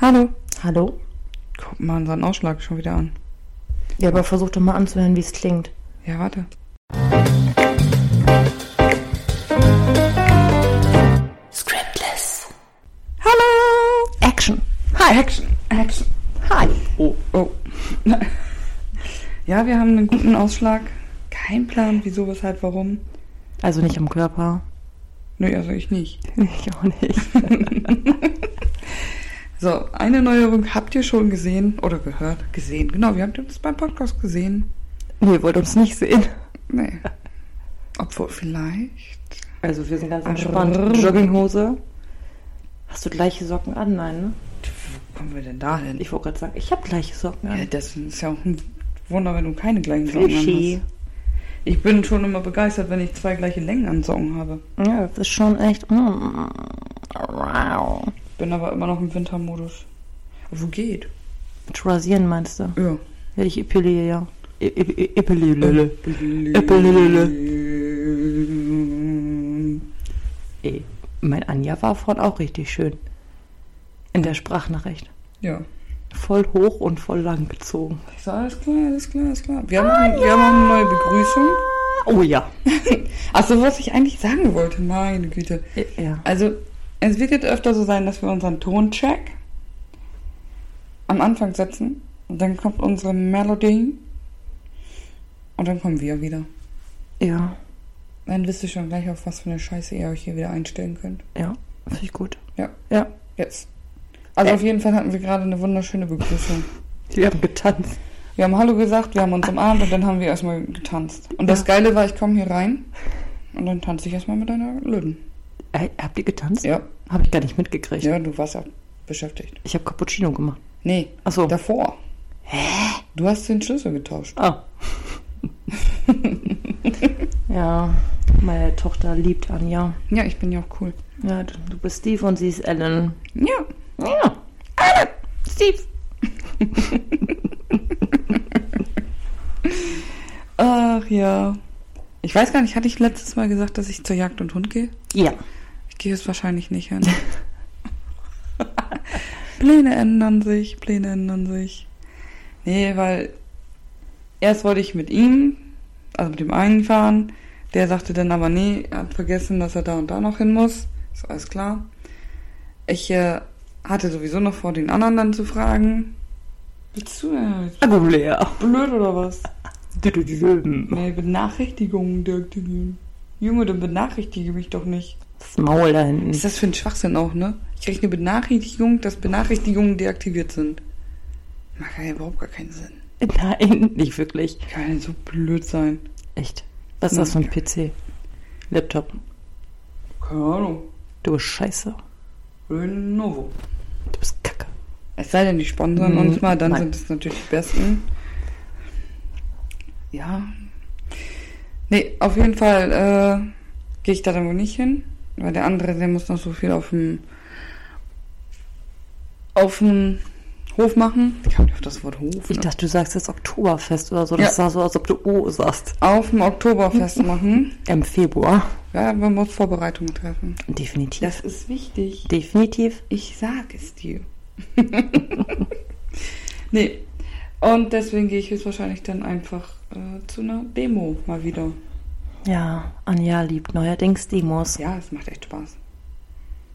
Hallo. Hallo? Guck mal unseren Ausschlag schon wieder an. Ja, aber versuch doch mal anzuhören, wie es klingt. Ja, warte. Scriptless. Hallo! Action. Hi! Ah, Action! Action! Hi. Oh, oh. ja, wir haben einen guten Ausschlag. Kein Plan, wieso, weshalb, warum. Also nicht am Körper. Nö, also ich nicht. Ich auch nicht. So, eine Neuerung habt ihr schon gesehen oder gehört. Gesehen, genau, wir haben das beim Podcast gesehen. Nee, wollt uns nicht sehen. Nee. Obwohl, vielleicht. Also wir sind ganz Arrrr. entspannt. Jogginghose. Hast du gleiche Socken an? Nein, ne? Wo kommen wir denn da hin? Ich wollte gerade sagen, ich habe gleiche Socken Ja, an. das ist ja auch ein Wunder, wenn du keine gleichen Socken Fischi. anhast. Ich bin schon immer begeistert, wenn ich zwei gleiche Längen an Socken habe. Ja, das ist schon echt. mm, Wow. Bin aber immer noch im Wintermodus. Wo geht? Mit Rasieren meinst du? Ja. Ja, ich epiliere, ja. E- e- Epiliere. Ey, E, Mein Anja war vorhin auch richtig schön. In der Sprachnachricht. Ja. Voll hoch und voll lang gezogen. Ich sag, alles klar, alles klar, alles klar. Wir haben, wir haben eine neue Begrüßung. Oh ja. Achso, was ich eigentlich sagen wollte, meine Güte. Ja. Also, es wird jetzt öfter so sein, dass wir unseren Toncheck am Anfang setzen. Und dann kommt unsere Melodie. Und dann kommen wir wieder. Ja. Dann wisst ihr schon gleich, auf was für eine Scheiße ihr euch hier wieder einstellen könnt. Ja. Finde ich gut. Ja. Ja. Jetzt. Also Ä- auf jeden Fall hatten wir gerade eine wunderschöne Begrüßung. Wir haben getanzt. Wir haben Hallo gesagt, wir haben uns umarmt und dann haben wir erstmal getanzt. Und das Ja. Geile war, ich komme hier rein und dann tanze ich erstmal mit einer Löden. Ey, habt ihr getanzt? Ja, Habe ich gar nicht mitgekriegt. ja, du warst ja beschäftigt. Ich habe Cappuccino gemacht. Nee, Ach so. davor. Hä? Du hast den Schlüssel getauscht. Ah. ja. Meine Tochter liebt Anja. Ja, ich bin ja auch cool. Ja, du, du bist Steve und sie ist Ellen. Ja, Ja. Steve. Ach ja. Ich weiß gar nicht, hatte ich letztes Mal gesagt, dass ich zur Jagd und Hund gehe? Ja. Ich gehe es wahrscheinlich nicht hin. Pläne ändern sich, Pläne ändern sich. Nee, weil erst wollte ich mit ihm, also mit dem einen fahren. Der sagte dann aber, nee, er hat vergessen, dass er da und da noch hin muss. Ist alles klar. Ich äh, hatte sowieso noch vor, den anderen dann zu fragen. Bist du denn jetzt Ah, Agulea. blöd oder was? Nee, Benachrichtigung, Dirk. Junge, dann benachrichtige mich doch nicht. Das Maul da Was ist hinten. das für ein Schwachsinn auch, ne? Ich krieg eine Benachrichtigung, dass Benachrichtigungen deaktiviert sind. Macht ja überhaupt gar keinen Sinn. Nein, nicht wirklich. Hm. Kann ja nicht so blöd sein. Echt. Was ist das für ein PC? Laptop. Keine Ahnung. Du bist scheiße. Lenovo. Du bist kacke. Es sei denn, die sponsern Mhm, uns mal, dann nein. sind es natürlich die Besten. Ja. Nee, auf jeden Fall äh, gehe ich da dann wohl nicht hin, weil der andere, der muss noch so viel auf dem auf dem Hof machen. Ich komme nicht auf das Wort Hof. Ich ne? dachte, du sagst jetzt Oktoberfest oder so. Das Ja. sah so, als ob du O sagst. Auf dem Oktoberfest machen. Im Februar. Ja, man muss Vorbereitungen treffen. Definitiv. Das ist wichtig. Definitiv. Ich sag es dir. nee. Und deswegen gehe ich höchstwahrscheinlich dann einfach äh, zu einer Demo mal wieder. Ja, Anja liebt neuerdings Demos. Ja, es macht echt Spaß.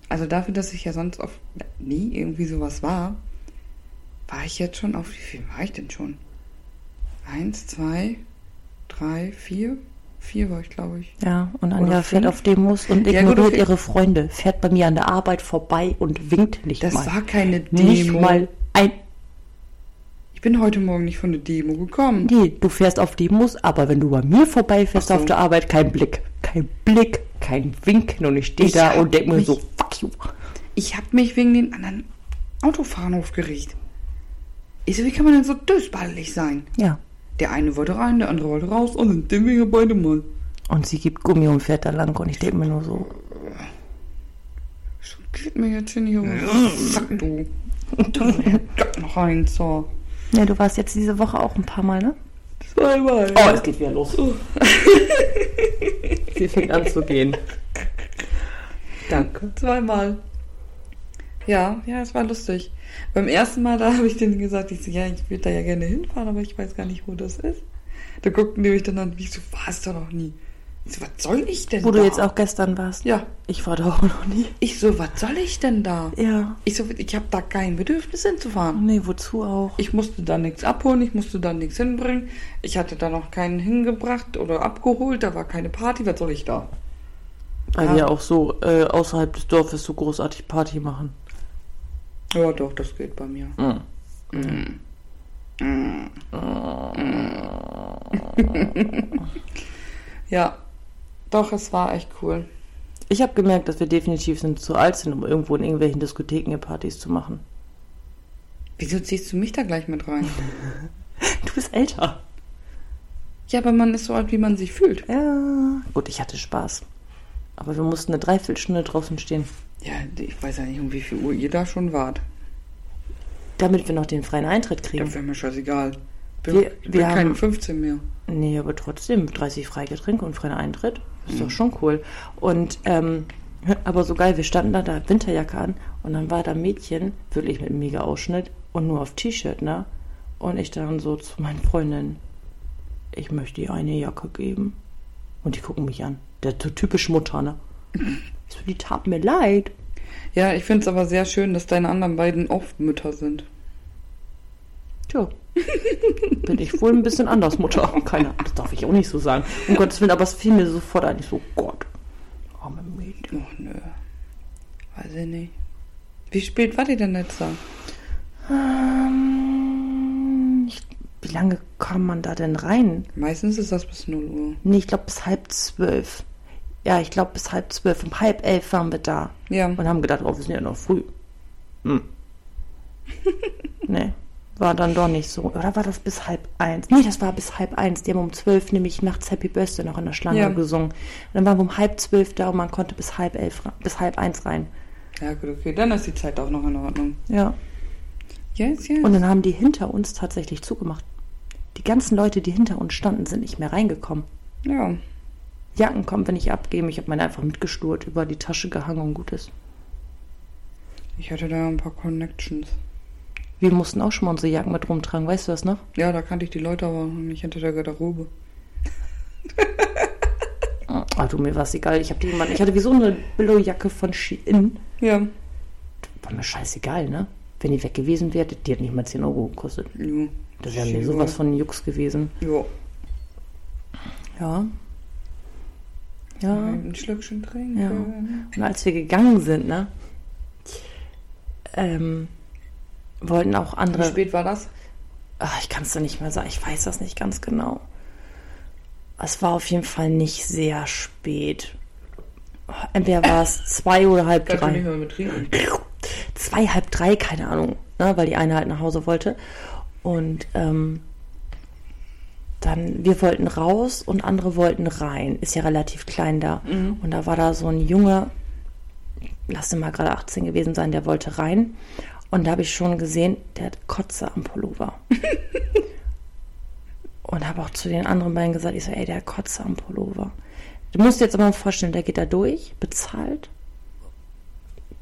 Also dafür, dass ich ja sonst auf nie irgendwie sowas war, war ich jetzt schon auf. Wie viel war ich denn schon? Eins, zwei, drei, vier. Vier war ich, glaube ich. Ja, und Anja Oder fährt fünf. auf Demos und Ja, gut, ignoriert okay. ihre Freunde. Fährt bei mir an der Arbeit vorbei und winkt nicht Das mal. war keine Demo. nicht mal ein. Ich bin heute Morgen nicht von der Demo gekommen. Nee, du fährst auf Demos, aber wenn du bei mir vorbeifährst Ach so. auf der Arbeit, kein Blick. Kein Blick, kein Winken. Und ich stehe Ich da hab und denke mir mich- so, fuck you. Ich habe mich wegen den anderen Autofahrern aufgeregt. Ich so, wie kann man denn so dösballig sein? Ja. Der eine wollte rein, der andere wollte raus und dann sind wir hier beide mal. Und sie gibt Gummi und fährt da lang. Und ich denke mir nur so, So geht mir jetzt hier nicht um. Fuck du. Gott, noch eins, so. ja, du warst jetzt diese Woche auch ein paar Mal, ne? Zweimal. Oh, es geht wieder los. Uh. Sie fängt an zu gehen. Danke. Zweimal. Ja, ja, es war lustig. Beim ersten Mal, da habe ich denen gesagt, ich so, ja, ich würde da ja gerne hinfahren, aber ich weiß gar nicht, wo das ist. Da guckten die mich dann an, wie so, warst du noch nie. Ich so, was soll ich denn Wo da? du jetzt auch gestern warst. Ja, Ich war da auch noch nie. ich so, was soll ich denn da? Ja. Ich so, ich habe da kein Bedürfnis hinzufahren. Nee, wozu auch? Ich musste da nichts abholen, ich musste da nichts hinbringen. Ich hatte da noch keinen hingebracht oder abgeholt, da war keine Party, was soll ich da? Weil Ja. wir auch so äh, außerhalb des Dorfes so großartig Party machen. Ja, doch, das geht bei mir. Mhm. Ja, doch, es war echt cool. Ich habe gemerkt, dass wir definitiv sind zu alt sind, um irgendwo in irgendwelchen Diskotheken Partys zu machen. Wieso ziehst du mich da gleich mit rein? Du bist älter. Ja, aber man ist so alt, wie man sich fühlt. Ja. Gut, ich hatte Spaß. Aber wir mussten eine Dreiviertelstunde draußen stehen, Ja, ich weiß ja nicht, um wie viel Uhr ihr da schon wart. damit wir noch den freien Eintritt kriegen. Das wäre mir scheißegal. Bin, Wir- ich bin wir haben- keine 15 mehr. Nee, aber trotzdem, 30 Freigetränke und freier Eintritt, ist doch schon cool. Und, ähm, aber so geil, wir standen da, da hat Winterjacke an und dann war da ein Mädchen, wirklich mit einem mega Ausschnitt und nur auf T-Shirt, ne? Und ich dann so zu meinen Freundinnen, ich möchte ihr eine Jacke geben. Und die gucken mich an. Der so typisch Mutter, ne? Ich so, die tat mir leid. Ja, ich finde es aber sehr schön, dass deine anderen beiden auch Mütter sind. Tja, bin ich wohl ein bisschen anders, Mutter. Keine Ahnung, das darf ich auch nicht so sagen. Um Gottes Willen, aber es fiel mir sofort ein. Ich so, Gott, arme Mädchen. Och, nö. Weiß ich nicht. Wie spät war die denn letzter? Ähm, ich, wie lange kam man da denn rein? Meistens ist das bis 0 Uhr. Nee, ich glaube bis halb zwölf. Ja, ich glaube bis halb zwölf. Um halb elf waren wir da. Ja. Und haben gedacht, oh, wir sind ja noch früh. Hm. nee, war dann doch nicht so. Oder war das bis halb eins? Nee, das war bis halb eins. Die haben um zwölf nämlich nachts Happy Birthday noch in der Schlange Ja. gesungen. Und dann waren wir um halb zwölf da und man konnte bis halb elf, ra- bis halb eins rein. Ja, gut, okay. Dann ist die Zeit auch noch in Ordnung. Ja. Yes, yes. Und dann haben die hinter uns tatsächlich zugemacht. Die ganzen Leute, die hinter uns standen, sind nicht mehr reingekommen. ja. Jacken kommen wir nicht abgeben. Ich habe meine einfach mitgeschlurrt, über die Tasche gehangen und gut ist. Ich hatte da ein paar Connections. Wir mussten auch schon mal unsere Jacken mit rumtragen, weißt du das noch? Ja, da kannte ich die Leute aber nicht hinter der Garderobe. Ah, du, mir war es egal. Ich, hab die immer, ich hatte wie so eine Billo-Jacke von Shein. Ja. War mir scheißegal, ne? Wenn die weg gewesen wäre, die hat nicht mal 10 Euro gekostet. Jo. Das wäre mir sowas von Jux gewesen. Jo. Ja. Ja. Ein Schlückchen trinken. Ja. Und als wir gegangen sind, ne? Ähm, wollten auch Wie andere. spät war das? Ach, Ah, ich kann es dir nicht mehr sagen. Ich weiß das nicht ganz genau. Es war auf jeden Fall nicht sehr spät. Entweder war es zwei oder halb Kannst du nicht drei. mehr betrinken. Zwei, halb drei, keine Ahnung. Ne, weil die eine halt nach Hause wollte. Und ähm, dann, wir wollten raus und andere wollten rein. Ist ja relativ klein da. Und da war da so ein Junge, lass ihn mal gerade 18 gewesen sein, der wollte rein. Und da habe ich schon gesehen, der hat Kotze am Pullover. und habe auch zu den anderen beiden gesagt, ich so, ey, der hat Kotze am Pullover. Du musst dir jetzt aber mal vorstellen, der geht da durch, bezahlt.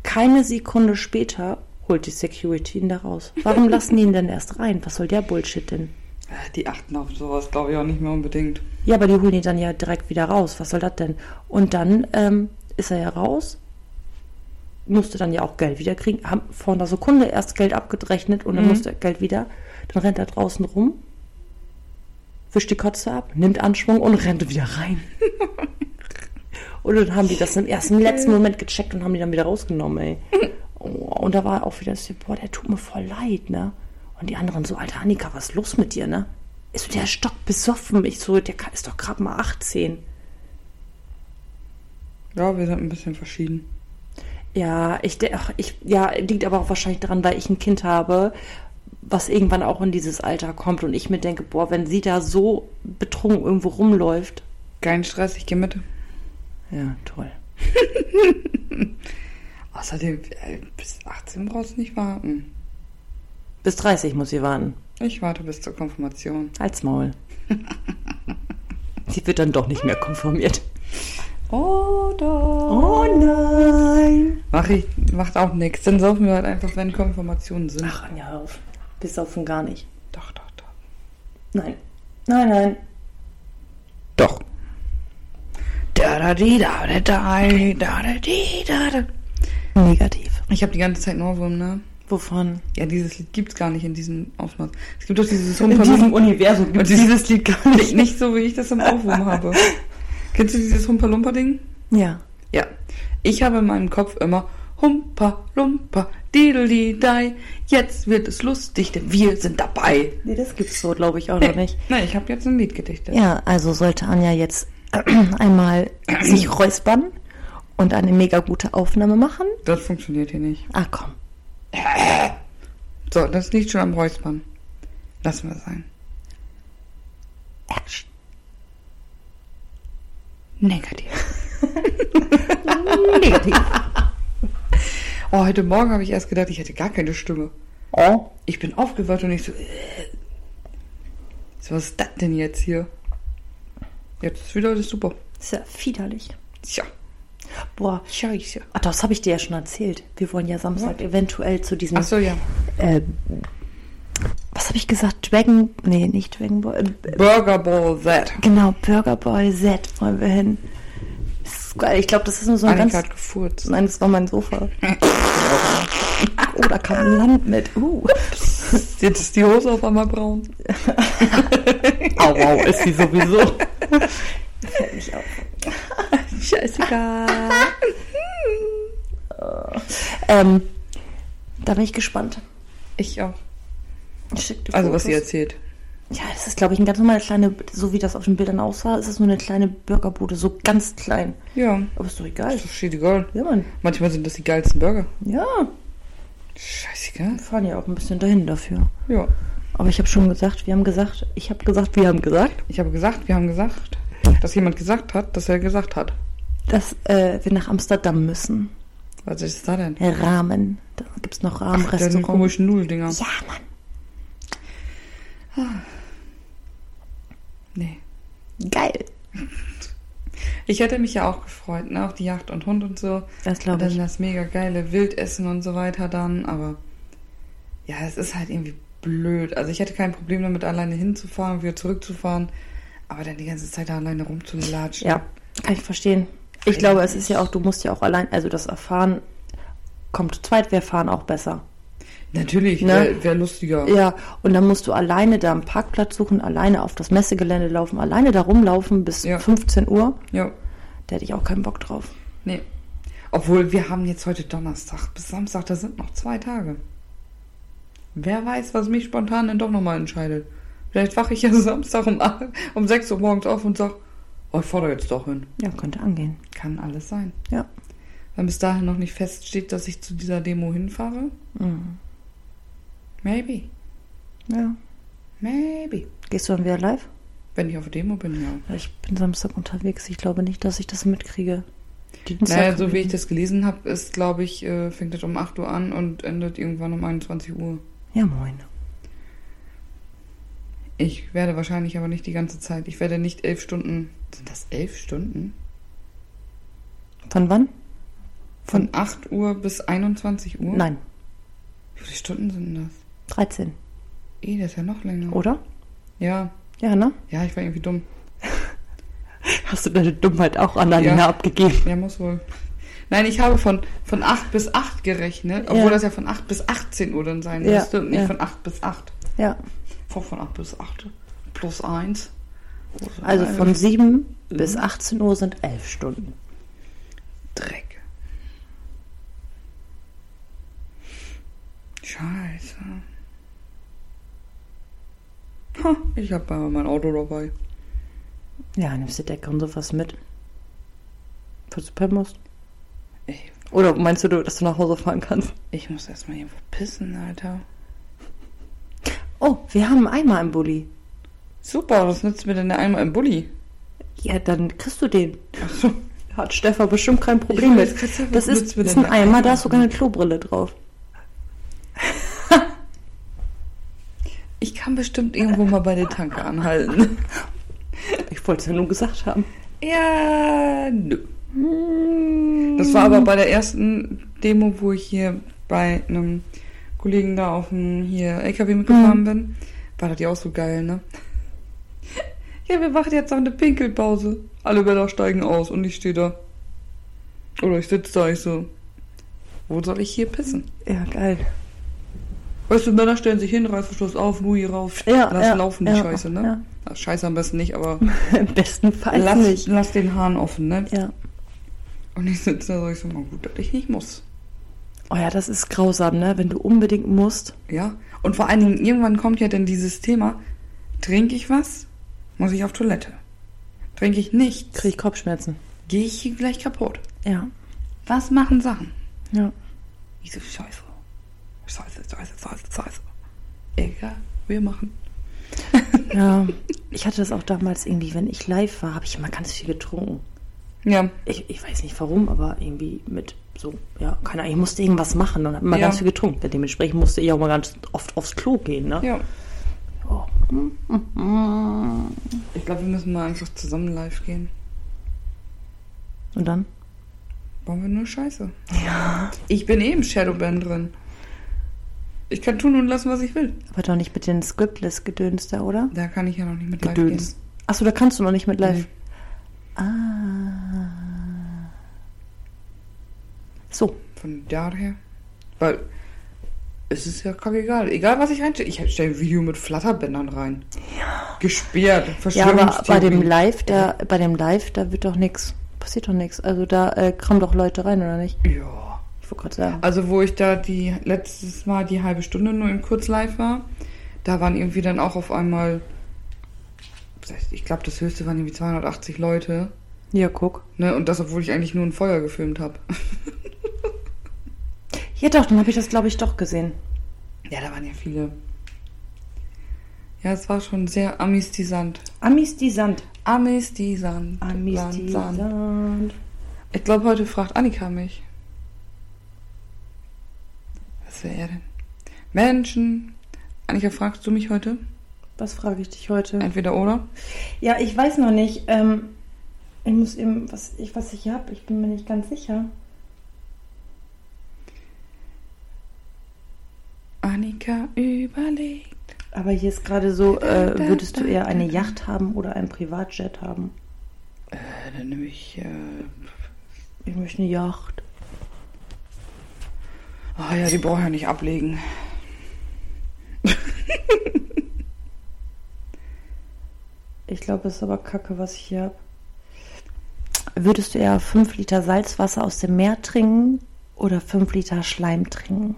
Keine Sekunde später holt die Security ihn da raus. Warum lassen die ihn denn erst rein? Was soll der Bullshit denn? Ach, Ah, Die achten auf sowas, glaube ich, auch nicht mehr unbedingt. Ja, aber die holen ihn dann ja direkt wieder raus. Was soll das denn? Und dann ähm, ist er ja raus, musste dann ja auch Geld wieder kriegen. Haben vor einer Sekunde erst Geld abgerechnet und dann musste er Geld wieder. Dann rennt er draußen rum, wischt die Kotze ab, nimmt Anschwung und rennt wieder rein. und dann haben die das im ersten, letzten Moment gecheckt und haben die dann wieder rausgenommen, ey. Oh, und da war auch wieder so, boah, der tut mir voll leid, ne? Und die anderen so, Alter, Annika, was ist los mit dir, ne? Ist so, der ist stockbesoffen. Ich so, der kann- ist doch gerade mal 18. Ja, wir sind ein bisschen verschieden. Ja, ich, de- ach, ich, ja, liegt aber auch wahrscheinlich daran, weil ich ein Kind habe, was irgendwann auch in dieses Alter kommt und ich mir denke, boah, wenn sie da so betrunken irgendwo rumläuft. Kein Stress, ich gehe mit. Ja, toll. Außerdem, äh, bis 18 brauchst du nicht warten. Bis 30 muss sie warten. Ich warte bis zur Konfirmation. Als Maul. sie wird dann doch nicht mehr konformiert. Oh. Oder? nein. Oh Nein. Mach ich, macht auch nichts. Dann saufen wir halt einfach, wenn Konfirmationen sind. Ach, Anja, hör auf. Wir saufen gar nicht. Doch, doch, doch. Nein. Nein, nein. Doch. Da da di da da da da da di da da. Negativ. Ich habe die ganze Zeit einen Ohrwurm, ne? Wovon? Ja, dieses Lied gibt's gar nicht in diesem Ausmaß. Es gibt doch dieses In diesem Universum Und gibt es dieses Lied gar nicht. Nicht so, wie ich das im Aufwurm habe. Kennst du dieses Humpa-Lumpa-Ding? Ja. Ja. Ich habe in meinem Kopf immer Humpa-Lumpa, Diddle-Di-Dai, jetzt wird es lustig, denn wir sind dabei. Nee, das gibt's so, glaube ich, auch noch nicht. Nein, ich habe jetzt ein Lied gedichtet. Ja, also sollte Anja jetzt einmal sich räuspern und eine mega gute Aufnahme machen. Das funktioniert hier nicht. Ah, komm. So, das liegt schon am Räuspern. Lassen wir es sein. Ernst. Negativ. Negativ. Oh, heute Morgen habe ich erst gedacht, ich hätte gar keine Stimme. Oh. Ich bin aufgewacht und ich so. äh. so was ist das denn jetzt hier? Jetzt ist wieder alles super. Ist ja widerlich. Tja, Boah. scheiße. Ach, das habe ich dir ja schon erzählt. Wir wollen ja Samstag eventuell zu diesem. Ach so, ja. Äh, was habe ich gesagt? Dragon. Nee, nicht Dragon Ball. Äh, Burger Ball that. genau, Burger Boy Z wollen wir hin. Das ist geil. Ich glaube, das ist nur so ein Annika ganz. hat gefurzt. Nein, das war mein Sofa. oh, da kam ein Land mit. Uh. Jetzt ist die Hose auf einmal braun. Au, wow, ist sie sowieso. Fällt mich auf. Scheißegal. Ähm, da bin ich gespannt. Ich auch. Ich schick dir Also, was Fotos. ihr erzählt. Ja, es ist, glaube ich, eine ganz normale kleine, so wie das auf den Bildern aussah, ist es nur eine kleine Burgerbude, so ganz klein. Ja. Aber ist doch egal. Das ist scheißegal. Ja, Mann. Manchmal sind das die geilsten Burger. Ja, Scheißegal. wir fahren ja auch ein bisschen dahin dafür. Ja. Aber ich habe schon gesagt, wir haben gesagt, ich habe gesagt, wir haben gesagt, Ich habe gesagt, wir haben gesagt, dass jemand gesagt hat, dass er gesagt hat. dass äh, wir nach Amsterdam müssen. Was ist da denn? Rahmen. Da gibt es noch Diese Rahmenrestaurant. komischen Nudeldinger. Ja, Mann. Nee. Geil. Ich hätte mich ja auch gefreut, ne? Auch die Jagd und Hund und so. Das Und glaube dann ich. das mega geile Wildessen und so weiter dann, aber ja, es ist halt irgendwie blöd. Also ich hätte kein Problem damit, alleine hinzufahren und wieder zurückzufahren, aber dann die ganze Zeit da alleine rumzulatschen. Ja, kann ich verstehen. Ich glaube, es ist ja auch, du musst ja auch allein, also das Erfahren kommt zu zweit, wir fahren auch besser. Natürlich, Ne? wäre wär lustiger. Ja, und dann musst du alleine da einen Parkplatz suchen, alleine auf das Messegelände laufen, alleine da rumlaufen bis Ja. 15 Uhr. ja. Da hätte ich auch keinen Bock drauf. Nee. Obwohl, wir haben jetzt heute Donnerstag. Bis Samstag, da sind noch zwei Tage. Wer weiß, was mich spontan denn doch nochmal entscheidet. Vielleicht wache ich ja Samstag um, acht- um 6 Uhr morgens auf und sag, oh, ich fahr da jetzt doch hin. Ja, könnte angehen. Kann alles sein. Ja. Wenn bis dahin noch nicht feststeht, dass ich zu dieser Demo hinfahre. Mhm. Maybe. Ja. Maybe. Gehst du dann wieder live? Wenn ich auf Demo bin, ja. Ich bin Samstag unterwegs. Ich glaube nicht, dass ich das mitkriege. Dienstag. Naja, so wie ich das gelesen habe, ist, glaube ich, äh, fängt das um 8 Uhr an und endet irgendwann um 21 Uhr. Ja, moin. Ich werde wahrscheinlich aber nicht die ganze Zeit. Ich werde nicht elf Stunden. Sind das elf Stunden? Von wann? Von 8 Uhr bis 21 Uhr? Nein, Wie viele Stunden sind denn das? 13, Eh, das ist ja noch länger. oder? Ja, Ja, ne? ja, ich war irgendwie dumm. Hast du deine Dummheit auch an Alina Ja. abgegeben? Ja, muss wohl. Nein, ich habe von, von 8 bis 8 gerechnet, obwohl Ja. das ja von 8 bis 18 Uhr dann sein Ja, müsste und nicht ja. von 8 bis 8. Ja. Vor von 8 bis 8. Plus 1. Also von 7 bis 18 Uhr sind 11 Stunden. Dreck. Scheiße. Ha, ich habe aber mein Auto dabei. Ja, nimmst du Decke und sowas mit. Falls du pennen musst. Ey, Oder meinst du, dass du nach Hause fahren kannst? ich muss erstmal irgendwo pissen, Alter. Oh, wir haben einen Eimer im Bulli. Super, was nützt mir denn der einmal im Bulli? Ja, dann kriegst du den. Ach so. Hat Stefan bestimmt kein Problem Ich mit. weiß, Christoph, was Das ist, nützt mir ist denn ein der Eimer, da hast du keine Klobrille drauf. Ich kann bestimmt irgendwo mal bei der Tanke anhalten. Ich wollte es ja nur gesagt haben. Ja, nö. Das war aber bei der ersten Demo, wo ich hier bei einem Kollegen da auf dem hier LKW Mhm. mitgefahren bin. War das ja auch so geil, ne? ja, wir machen jetzt noch eine Pinkelpause. Alle Bäder steigen aus und ich stehe da. Oder ich sitze da, ich so. Wo soll ich hier pissen? Ja, geil. Weißt du, Männer stellen sich hin, Reißverschluss auf, nur hier rauf, Ja, lass ja, laufen die ja, Scheiße, ne? ja. Na, Scheiße am besten nicht, aber Im besten Fall lass, nicht. lass den Hahn offen, ne? Ja. Und ich sitze da so, ich so, mal gut, dass ich nicht muss. Oh ja, das ist grausam, ne? Wenn du unbedingt musst. Ja. Und vor allen Dingen, irgendwann kommt ja dann dieses Thema, trinke ich was, muss ich auf Toilette. Trinke ich nichts, Krieg ich Kopfschmerzen. gehe ich hier gleich kaputt. Ja. Was machen Sachen? Ja. Ich so, scheiße. Scheiße, scheiße, scheiße, scheiße. Egal, wir machen. Ja. Ich hatte das auch damals irgendwie, wenn ich live war, habe ich immer ganz viel getrunken. Ja, Ich, ich weiß nicht warum, aber irgendwie mit so, ja, keine Ahnung, ich musste irgendwas machen und habe immer Ja. ganz viel getrunken. Dementsprechend musste ich auch mal ganz oft aufs Klo gehen, ne? ja. Oh. Ich glaube, wir müssen mal einfach zusammen live gehen. Und dann? Wollen wir nur Scheiße? Ja. Ich bin eben Shadowban drin. Ich kann tun und lassen, was ich will. Aber doch nicht mit den Scriptless-Gedöns da, oder? Da kann ich ja noch nicht mit live gehen. Gedöns. Achso, da kannst du noch nicht mit live. Nee. Ah. So. Von daher. Weil es ist ja kackegal. Egal, was ich reinstelle. Ich stelle ein Video mit Flatterbändern rein. Ja. Gesperrt. Ja, aber bei Verschwörungstheorien. dem Live, da, bei dem Live, da wird doch nichts. Passiert doch nichts. Also da äh, kommen doch Leute rein, oder nicht? Ja. Ich wollte gerade sagen. Also wo ich da die letztes Mal die halbe Stunde nur in Kurzlive war, da waren irgendwie dann auch auf einmal, ich glaube das höchste waren irgendwie 280 Leute, Ja, guck. ne? Und das, obwohl ich eigentlich nur ein Feuer gefilmt habe. Ja doch, dann habe ich das, glaube ich, doch gesehen. Ja, da waren ja viele. Ja, es war schon sehr amüsant. Amis die Sand. Amüsant. Amis die Land, Sand. Sand. Ich glaube, heute fragt Annika mich. Was wäre er denn? Menschen. Annika, fragst du mich heute? Was frage ich dich heute? Entweder oder? Ja, ich weiß noch nicht. Ähm, ich muss eben, was ich, was ich hier habe, ich bin mir nicht ganz sicher. Annika überlegt. Aber hier ist gerade so, äh, würdest du eher eine Yacht haben oder einen Privatjet haben? Ja, dann nehme ich. Äh, Ich möchte eine Yacht. ah ja, die brauche ich ja nicht ablegen. Ich glaube, es ist aber kacke, was ich hier habe. Würdest du eher 5 Liter Salzwasser aus dem Meer trinken oder 5 Liter Schleim trinken?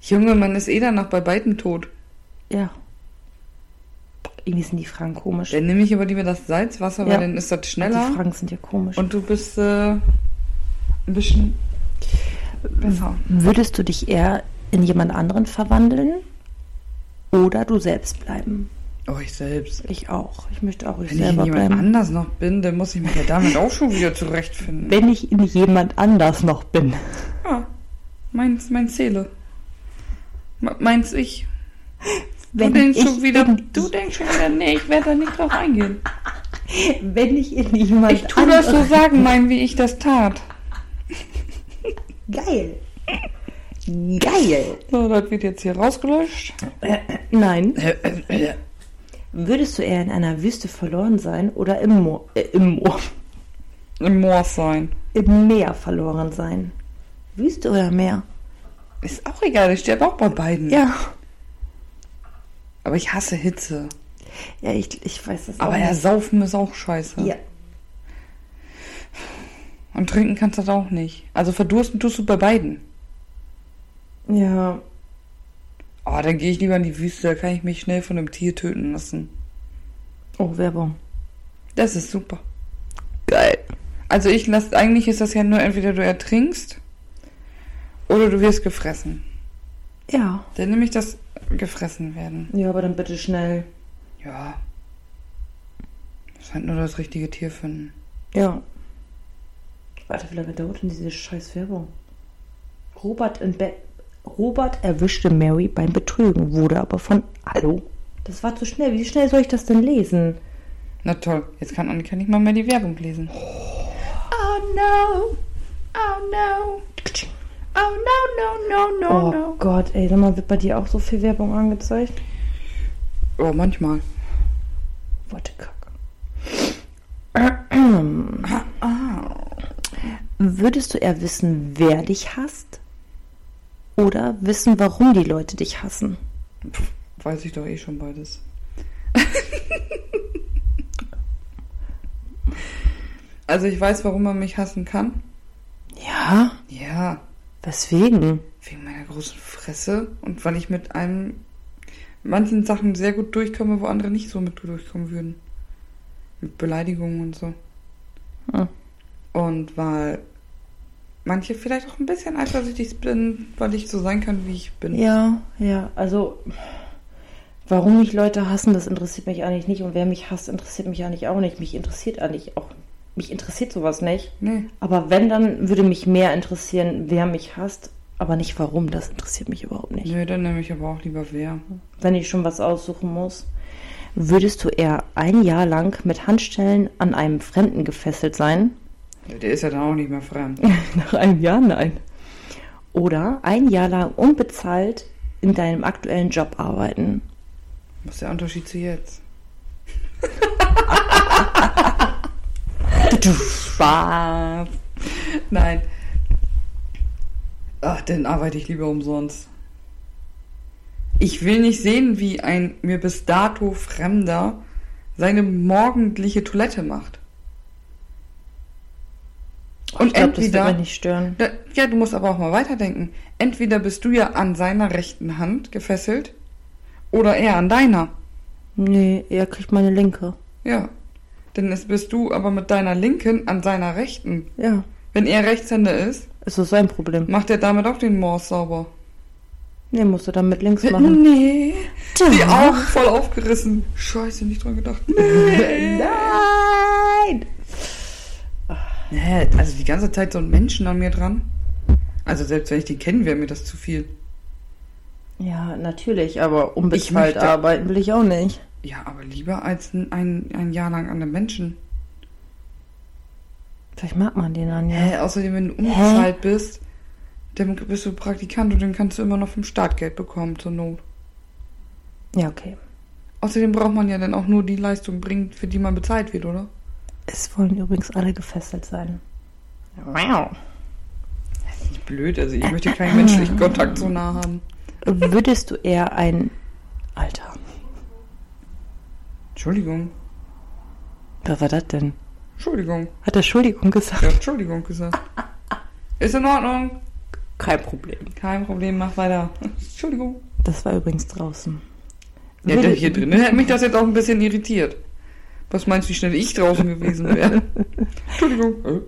Junge, man ist eh danach bei beiden tot. Ja. Irgendwie sind die Fragen komisch. Dann nehme ich aber lieber das Salzwasser, weil Ja. dann ist das Die schneller. Fragen sind ja komisch. Und du bist äh, ein bisschen besser. Würdest du dich eher in jemand anderen verwandeln oder du selbst bleiben? Oh, ich selbst. Ich auch. Ich möchte auch ich Wenn ich in selber jemand bleiben. anders noch bin, dann muss ich mich ja damit auch schon wieder zurechtfinden. Wenn ich in jemand anders noch bin. Ja, meins, mein Seele. Me- Meins ich. Wenn du denkst ich schon wieder, in- du denkst schon wieder, nee, ich werde da nicht drauf eingehen. Wenn ich in jemand Ich tu das so sagen, mein, wie ich das tat. Geil. Geil. So, das wird jetzt hier rausgelöscht. Nein. Würdest du eher in einer Wüste verloren sein oder im Moor, äh, im, Moor Im Moor sein. im Meer verloren sein? Wüste oder Meer? Ist auch egal, ich sterbe auch bei beiden. Ja. Aber ich hasse Hitze. Ja, ich, ich weiß das Aber auch ja, nicht. saufen ist auch scheiße. Oh. Ja. Und trinken kannst du das auch nicht. Also verdursten tust du bei beiden. Ja. Oh, dann gehe ich lieber in die Wüste, da kann ich mich schnell von einem Tier töten lassen. Oh, Werbung. Das ist super. Geil. Also ich lasse, eigentlich ist das ja nur entweder du ertrinkst oder du wirst gefressen. Ja. Dann nehme ich das gefressen werden. Ja, aber dann bitte schnell. Ja. Muss halt nur das richtige Tier finden. Ja. Warte, wie lange dauert denn diese scheiß Werbung? Robert in Bett. Robert erwischte Mary beim Betrügen, wurde aber von. Hallo? Das war zu schnell. Wie schnell soll ich das denn lesen? Na toll, jetzt kann Annika nicht mal mehr die Werbung lesen. Oh no! Oh no. Oh no, no, no, no, Oh no. Gott, ey, sag mal, wird bei dir auch so viel Werbung angezeigt? Oh, manchmal. Warte, Kacke. Würdest du eher wissen, wer dich hasst? Oder wissen, warum die Leute dich hassen? Weiß ich doch eh schon beides. also ich weiß, warum man mich hassen kann. Ja, Ja, weswegen? wegen meiner großen Fresse und weil ich mit einem manchen Sachen sehr gut durchkomme, wo andere nicht so mit durchkommen würden. Mit Beleidigungen und so. Hm. Und weil manche vielleicht auch ein bisschen eifersüchtig bin, weil ich so sein kann, wie ich bin. Ja, ja, also warum mich Leute hassen, das interessiert mich eigentlich nicht und wer mich hasst, interessiert mich eigentlich auch nicht. Mich interessiert eigentlich auch, mich interessiert sowas nicht. Nee, Aber wenn, dann würde mich mehr interessieren, wer mich hasst, aber nicht warum, das interessiert mich überhaupt nicht. nee, dann nehme ich aber auch lieber wer. Wenn ich schon was aussuchen muss, würdest du eher ein Jahr lang mit Handstellen an einem Fremden gefesselt sein? Der ist ja dann auch nicht mehr fremd. Nach einem Jahr nein. Oder ein Jahr lang unbezahlt in deinem aktuellen Job arbeiten? Was ist der Unterschied zu jetzt? Spaß. Nein. Ach, dann arbeite ich lieber umsonst. Ich will nicht sehen, wie ein mir bis dato Fremder seine morgendliche Toilette macht. Und Oh, Ich glaube, das wird entweder. mich nicht stören. Da- Ja, du musst aber auch mal weiterdenken. Entweder bist du ja an seiner rechten Hand gefesselt oder er an deiner. Nee, er kriegt meine linke. Ja. Denn es bist du aber mit deiner linken an seiner rechten. Ja, Wenn er Rechtshänder ist, es ist sein Problem. macht er damit auch den Morse sauber. Nee, musst du dann mit links machen. Nee. Die Augen voll aufgerissen. Scheiße, nicht dran gedacht. Nee. Nein! Hä, also die ganze Zeit so ein Menschen an mir dran. Also selbst wenn ich den kennen, wäre mir das zu viel. Ja, natürlich, aber Ich unbezahlt möchte- arbeiten will ich auch nicht. Ja, aber lieber als ein, ein, ein Jahr lang an einem Menschen. Vielleicht mag man den dann ja. Hä, Äh, außerdem, wenn du unbezahlt bist, dann bist du Praktikant und dann kannst du immer noch vom Staat Geld bekommen zur Not. Ja, okay. Außerdem braucht man ja dann auch nur die Leistung bringen, für die man bezahlt wird, oder? Es wollen übrigens alle gefesselt sein. Wow. Nicht blöd, also ich möchte keinen menschlichen Kontakt so nah haben. Würdest du eher ein. Alter, Entschuldigung. wer war das denn? Entschuldigung. Hat er Entschuldigung Ja, gesagt? Entschuldigung gesagt. Ist in Ordnung. Kein Problem. Kein Problem, mach weiter. Entschuldigung. Das war übrigens draußen. Ja, der hier drin hätte mich das jetzt auch ein bisschen irritiert. Was meinst du, wie schnell ich draußen gewesen wäre? Entschuldigung. Äh,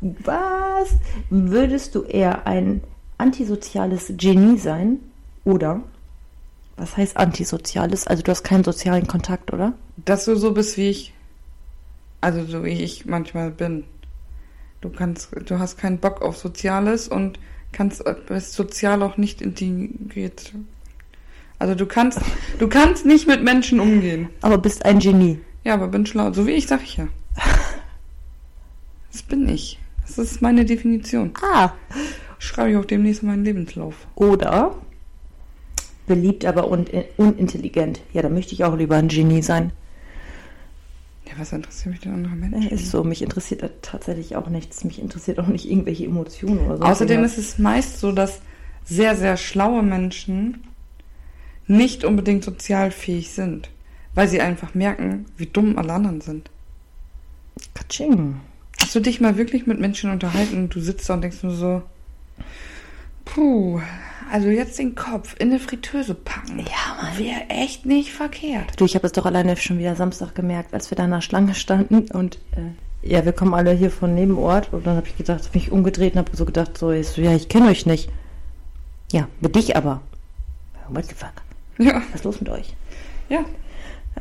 Was? Würdest du eher ein antisoziales Genie sein? Oder? Was heißt antisoziales? Also du hast keinen sozialen Kontakt, oder? dass du so bist wie ich. Also so wie ich manchmal bin. Du kannst, du hast keinen Bock auf Soziales und kannst äh, bist sozial auch nicht integriert. Also du kannst, du kannst nicht mit Menschen umgehen. Aber bist ein Genie. Ja, aber bin schlau. So wie ich, sag ich ja. Das bin ich. Das ist meine Definition. Ah. Schreibe ich auch demnächst meinen Lebenslauf. Oder beliebt, aber un unintelligent. Ja, da möchte ich auch lieber ein Genie sein. Ja, was interessiert mich denn andere Ja, Menschen? Ist so, mich interessiert da tatsächlich auch nichts. Mich interessiert auch nicht irgendwelche Emotionen oder so. Außerdem ist es meist so, dass sehr, sehr schlaue Menschen nicht unbedingt sozialfähig sind, weil sie einfach merken, wie dumm alle anderen sind. Katsching. Hast du dich mal wirklich mit Menschen unterhalten und du sitzt da und denkst nur so, puh, also jetzt den Kopf in eine Fritteuse packen. Ja, Mann. Wäre echt nicht verkehrt. Du, ich habe es doch alleine schon wieder Samstag gemerkt, als wir da in der Schlange standen und äh, ja, wir kommen alle hier von Nebenort und dann habe ich gedacht, hab mich umgedreht und habe so gedacht, so, ich so, ja, ich kenne euch nicht. Ja, mit dich aber. Oh, What the fuck? Ja, Was ist los mit euch? ja.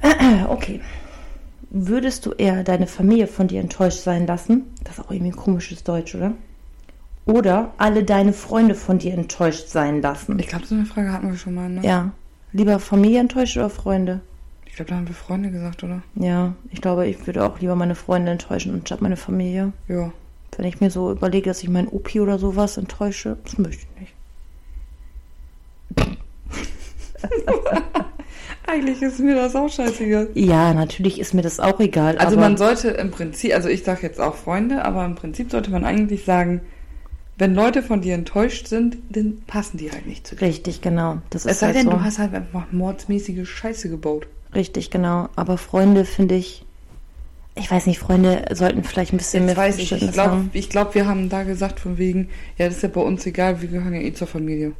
Äh, okay. Würdest du eher deine Familie von dir enttäuscht sein lassen? Das ist auch irgendwie ein komisches Deutsch, oder? Oder alle deine Freunde von dir enttäuscht sein lassen? Ich glaube, so eine Frage hatten wir schon mal, ne? Ja. Lieber Familie enttäuscht oder Freunde? Ich glaube, da haben wir Freunde gesagt, oder? Ja, ich glaube, ich würde auch lieber meine Freunde enttäuschen und statt meine Familie. Ja. Wenn ich mir so überlege, dass ich meinen Opi oder sowas enttäusche, das möchte ich nicht. Eigentlich ist mir das auch scheißegal. Ja, natürlich ist mir das auch egal. Also aber man sollte im Prinzip, also ich sage jetzt auch Freunde, aber im Prinzip sollte man eigentlich sagen, wenn Leute von dir enttäuscht sind, dann passen die halt nicht zu dir. Richtig, genau. Das ist Es sei halt denn, so. du hast halt einfach mordsmäßige Scheiße gebaut. Richtig, genau. Aber Freunde finde ich. Ich weiß nicht, Freunde sollten vielleicht ein bisschen mehr weiß ich, ich Verständnis glaube, haben. ich glaub, wir haben da gesagt von wegen, ja, das ist ja bei uns egal, wir gehören ja eh zur Familie.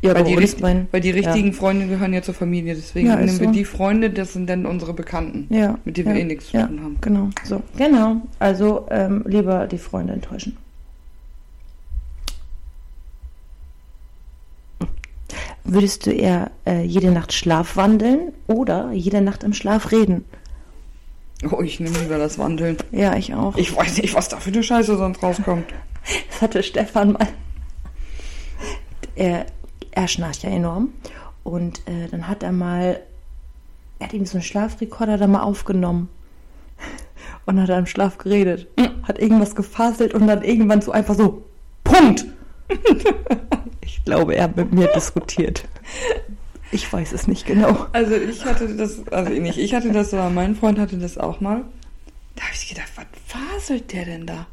Ja, Weil bei die, uns richt- beiden. weil die richtigen Freunde gehören ja zur Familie, deswegen Ja, ist nehmen wir so. die Freunde, das sind dann unsere Bekannten, Ja. ja. mit denen wir ja. eh nichts zu ja. tun haben. Genau, so. Genau. Also ähm, lieber die Freunde enttäuschen. Würdest du eher äh, jede Nacht Schlaf wandeln oder jede Nacht im Schlaf reden? Oh, ich nehme lieber das Wandeln. Ja, ich auch. Ich weiß nicht, was da für eine Scheiße sonst rauskommt. Das hatte Stefan mal. Er, er schnarcht ja enorm. Und äh, dann hat er mal, er hat ihm so einen Schlafrekorder da mal aufgenommen. Und hat er im Schlaf geredet. Hat irgendwas gefaselt und dann irgendwann so einfach so, Punkt! ich glaube, er hat mit mir diskutiert. Ich weiß es nicht genau. Also ich hatte das, also nicht ich hatte das, aber mein Freund hatte das auch mal. Da habe ich gedacht, was faselt der denn da?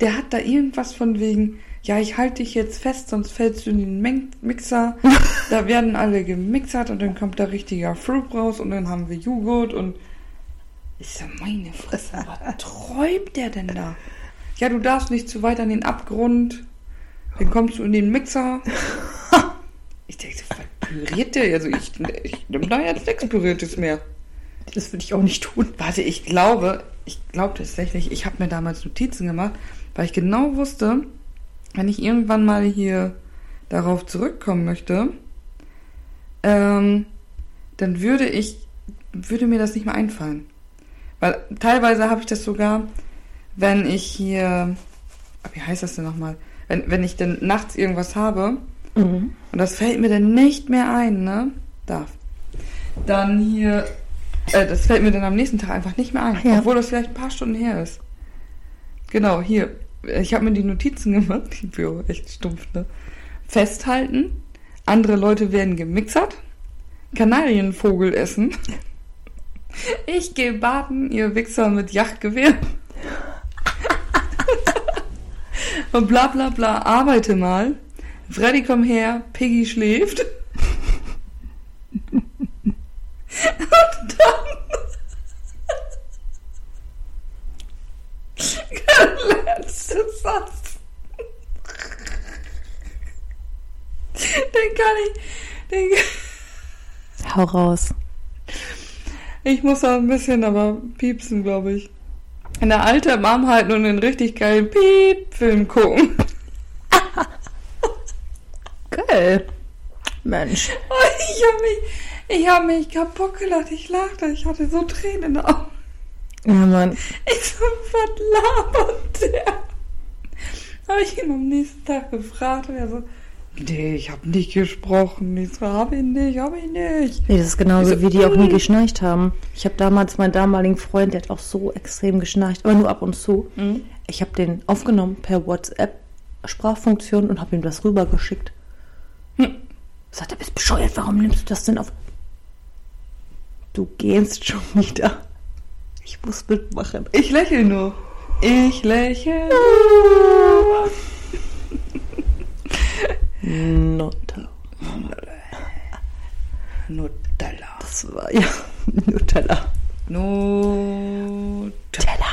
Der hat da irgendwas von wegen, ja, ich halte dich jetzt fest, sonst fällst du in den Men- Mixer. da werden alle gemixert und dann kommt da richtiger Fruit raus und dann haben wir Joghurt und ich sag, meine Fresse, was träumt der denn da? Ja, du darfst nicht zu weit an den Abgrund, dann kommst du in den Mixer. Ich denke, so, was püriert der? Also ich, ich nehme da jetzt nichts Püriertes mehr. Das würde ich auch nicht tun. Warte, ich glaube, ich glaube tatsächlich, ich habe mir damals Notizen gemacht, weil ich genau wusste, wenn ich irgendwann mal hier darauf zurückkommen möchte, ähm, dann würde ich, würde mir das nicht mehr einfallen. Weil teilweise habe ich das sogar, wenn ich hier, ah, wie heißt das denn nochmal? Wenn, wenn ich dann nachts irgendwas habe, und das fällt mir dann nicht mehr ein, ne? Darf. Dann hier. Äh, das fällt mir dann am nächsten Tag einfach nicht mehr ein. Ja. Obwohl das vielleicht ein paar Stunden her ist. Genau, hier. Ich habe mir die Notizen gemacht. Die Büro, echt stumpf, ne? Festhalten. Andere Leute werden gemixert. Kanarienvogel essen. Ich gehe baden, ihr Wichser mit Jagdgewehr. Und bla bla bla, arbeite mal. Freddy, komm her, Piggy schläft. Und dann. Der letzte Satz. Den kann ich. Den, Hau raus. ich muss da ein bisschen aber piepsen, glaube ich. In der Alte im Arm halten und einen richtig geilen Piep-Film gucken. Geil. Mensch. Und ich habe mich, ich hab mich kaputt gelacht. Ich lachte. Ich hatte so Tränen in den Augen. Ja, Mann. Ich so, was labert der? Habe ich ihn am nächsten Tag gefragt und er so, nee, ich habe nicht gesprochen. Ich so, hab ihn nicht, hab ihn nicht. Nee, das ist genauso, Also, wie die auch nie mm. geschnarcht haben. Ich habe damals meinen damaligen Freund, der hat auch so extrem geschnarcht, aber nur ab und zu. Ich habe den aufgenommen per WhatsApp-Sprachfunktion und habe ihm das rübergeschickt. Sagt er, bist bescheuert, warum nimmst du das denn auf? Du gehst schon wieder. Ich muss mitmachen. Ich lächle nur. Ich lächle. Nutella. Nutella. Das war ja Nutella. Nutella. Nutella.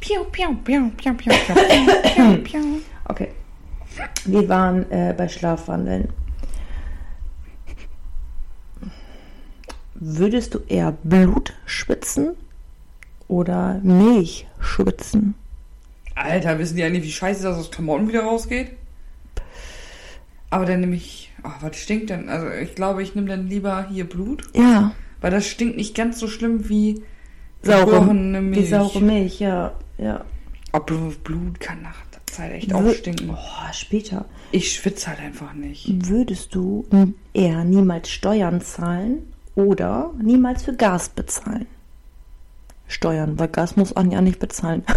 Piu, piu, piu, piu, piu, piu, piu, piu, piu. Okay. Wir waren äh, bei Schlafwandeln. Würdest du eher Blut schwitzen oder Milch schwitzen? Alter, wissen die eigentlich, wie scheiße das aus Klamotten wieder rausgeht? Aber dann nehme ich. Ach, was stinkt denn? Also, ich glaube, ich nehme dann lieber hier Blut. Ja, Weil das stinkt nicht ganz so schlimm wie saure, gebrochene Milch. die saure Milch, ja, ja. Obwohl Blut kann nach der Zeit echt auch Wür- stinken. Oh, später. Ich schwitze halt einfach nicht. Würdest du eher niemals Steuern zahlen oder niemals für Gas bezahlen? Steuern, weil Gas muss Anja nicht bezahlen.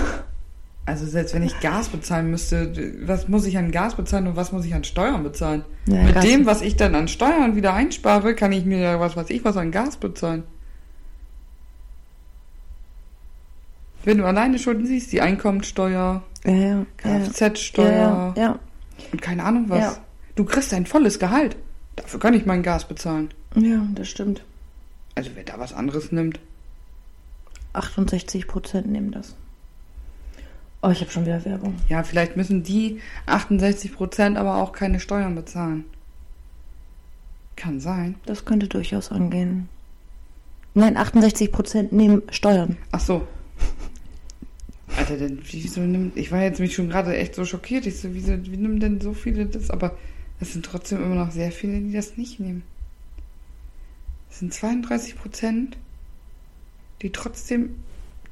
Also selbst wenn ich Gas bezahlen müsste, was muss ich an Gas bezahlen und was muss ich an Steuern bezahlen? Ja, Mit Gas- dem, was ich dann an Steuern wieder einspare, kann ich mir ja was weiß ich was an Gas bezahlen. Wenn du alleine Schulden siehst, die Einkommensteuer, Ja, ja. Kfz-Steuer Ja, ja, ja. und keine Ahnung was. Ja. Du kriegst dein volles Gehalt. Dafür kann ich mein Gas bezahlen. ja, das stimmt. Also wer da was anderes nimmt. 68 Prozent nehmen das. Oh, ich habe schon wieder Werbung. Ja, vielleicht müssen die 68% aber auch keine Steuern bezahlen. Kann sein. Das könnte durchaus angehen. Nein, 68 Prozent nehmen Steuern. Ach so. Alter, denn wieso nimmt. Ich war jetzt mich schon gerade echt so schockiert. Ich so, wieso wie nimmt denn so viele das? Aber es sind trotzdem immer noch sehr viele, die das nicht nehmen. Es sind 32 Prozent, die trotzdem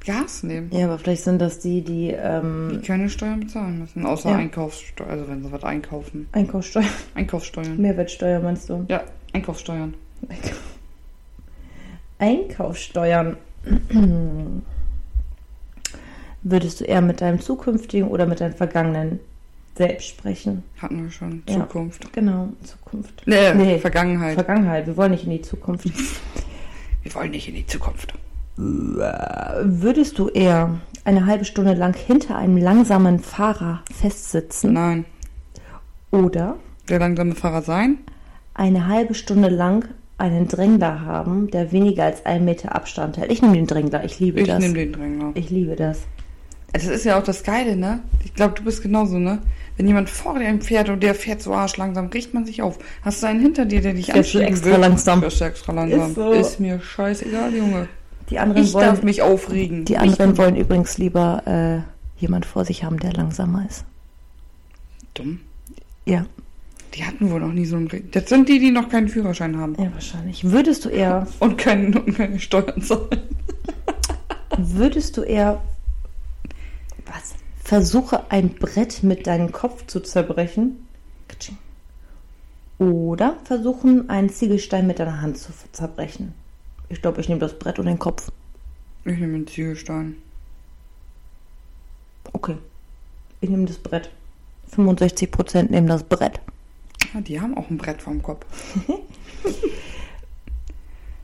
Gas nehmen. Ja, aber vielleicht sind das die, die Die ähm, keine Steuern bezahlen müssen, außer Ja. Einkaufssteuer, also wenn sie was einkaufen. Einkaufssteuer, Einkaufssteuern. Mehrwertsteuer meinst du? Ja, Einkaufssteuern. Einkaufssteuern. Würdest du eher mit deinem zukünftigen oder mit deinem vergangenen selbst sprechen? Hatten wir schon. Ja. Zukunft. Genau, Zukunft. Nee, Nee. Vergangenheit. Vergangenheit, wir wollen nicht in die Zukunft. wir wollen nicht in die Zukunft. Würdest du eher eine halbe Stunde lang hinter einem langsamen Fahrer festsitzen Nein. oder Der langsame Fahrer sein? eine halbe Stunde lang einen Drängler haben, der weniger als einen Meter Abstand hält? Ich nehme den Drängler, ich liebe Ich das. nehme den Dränger. Ich liebe das. Das ist ja auch das Geile, ne? Ich glaube, du bist genauso, ne? Wenn jemand vor dir ein Pferd und der fährt so arschlangsam, riecht man sich auf. Hast du einen hinter dir, der dich Fährst du anschieben extra will? langsam. Fährst du extra langsam. Ist Ist, so. mir scheißegal, Junge. Die anderen Ich wollen darf mich aufregen. Die anderen wollen übrigens lieber äh, jemand vor sich haben, der langsamer ist. Ich, dumm. Ja. Die hatten wohl noch nie so einen... Re- Das sind die, die noch keinen Führerschein haben. Ja, wahrscheinlich. Würdest du eher, Und, keinen, und keine Steuern zahlen. würdest du eher, was? Versuche ein Brett mit deinem Kopf zu zerbrechen. Katsching. Oder versuchen, einen Ziegelstein mit deiner Hand zu zerbrechen. Ich glaube, ich nehme das Brett und den Kopf. Ich nehme einen Ziegelstein. Okay. Ich nehme das Brett. 65% nehmen das Brett. Ja, Ah, die haben auch ein Brett vorm Kopf.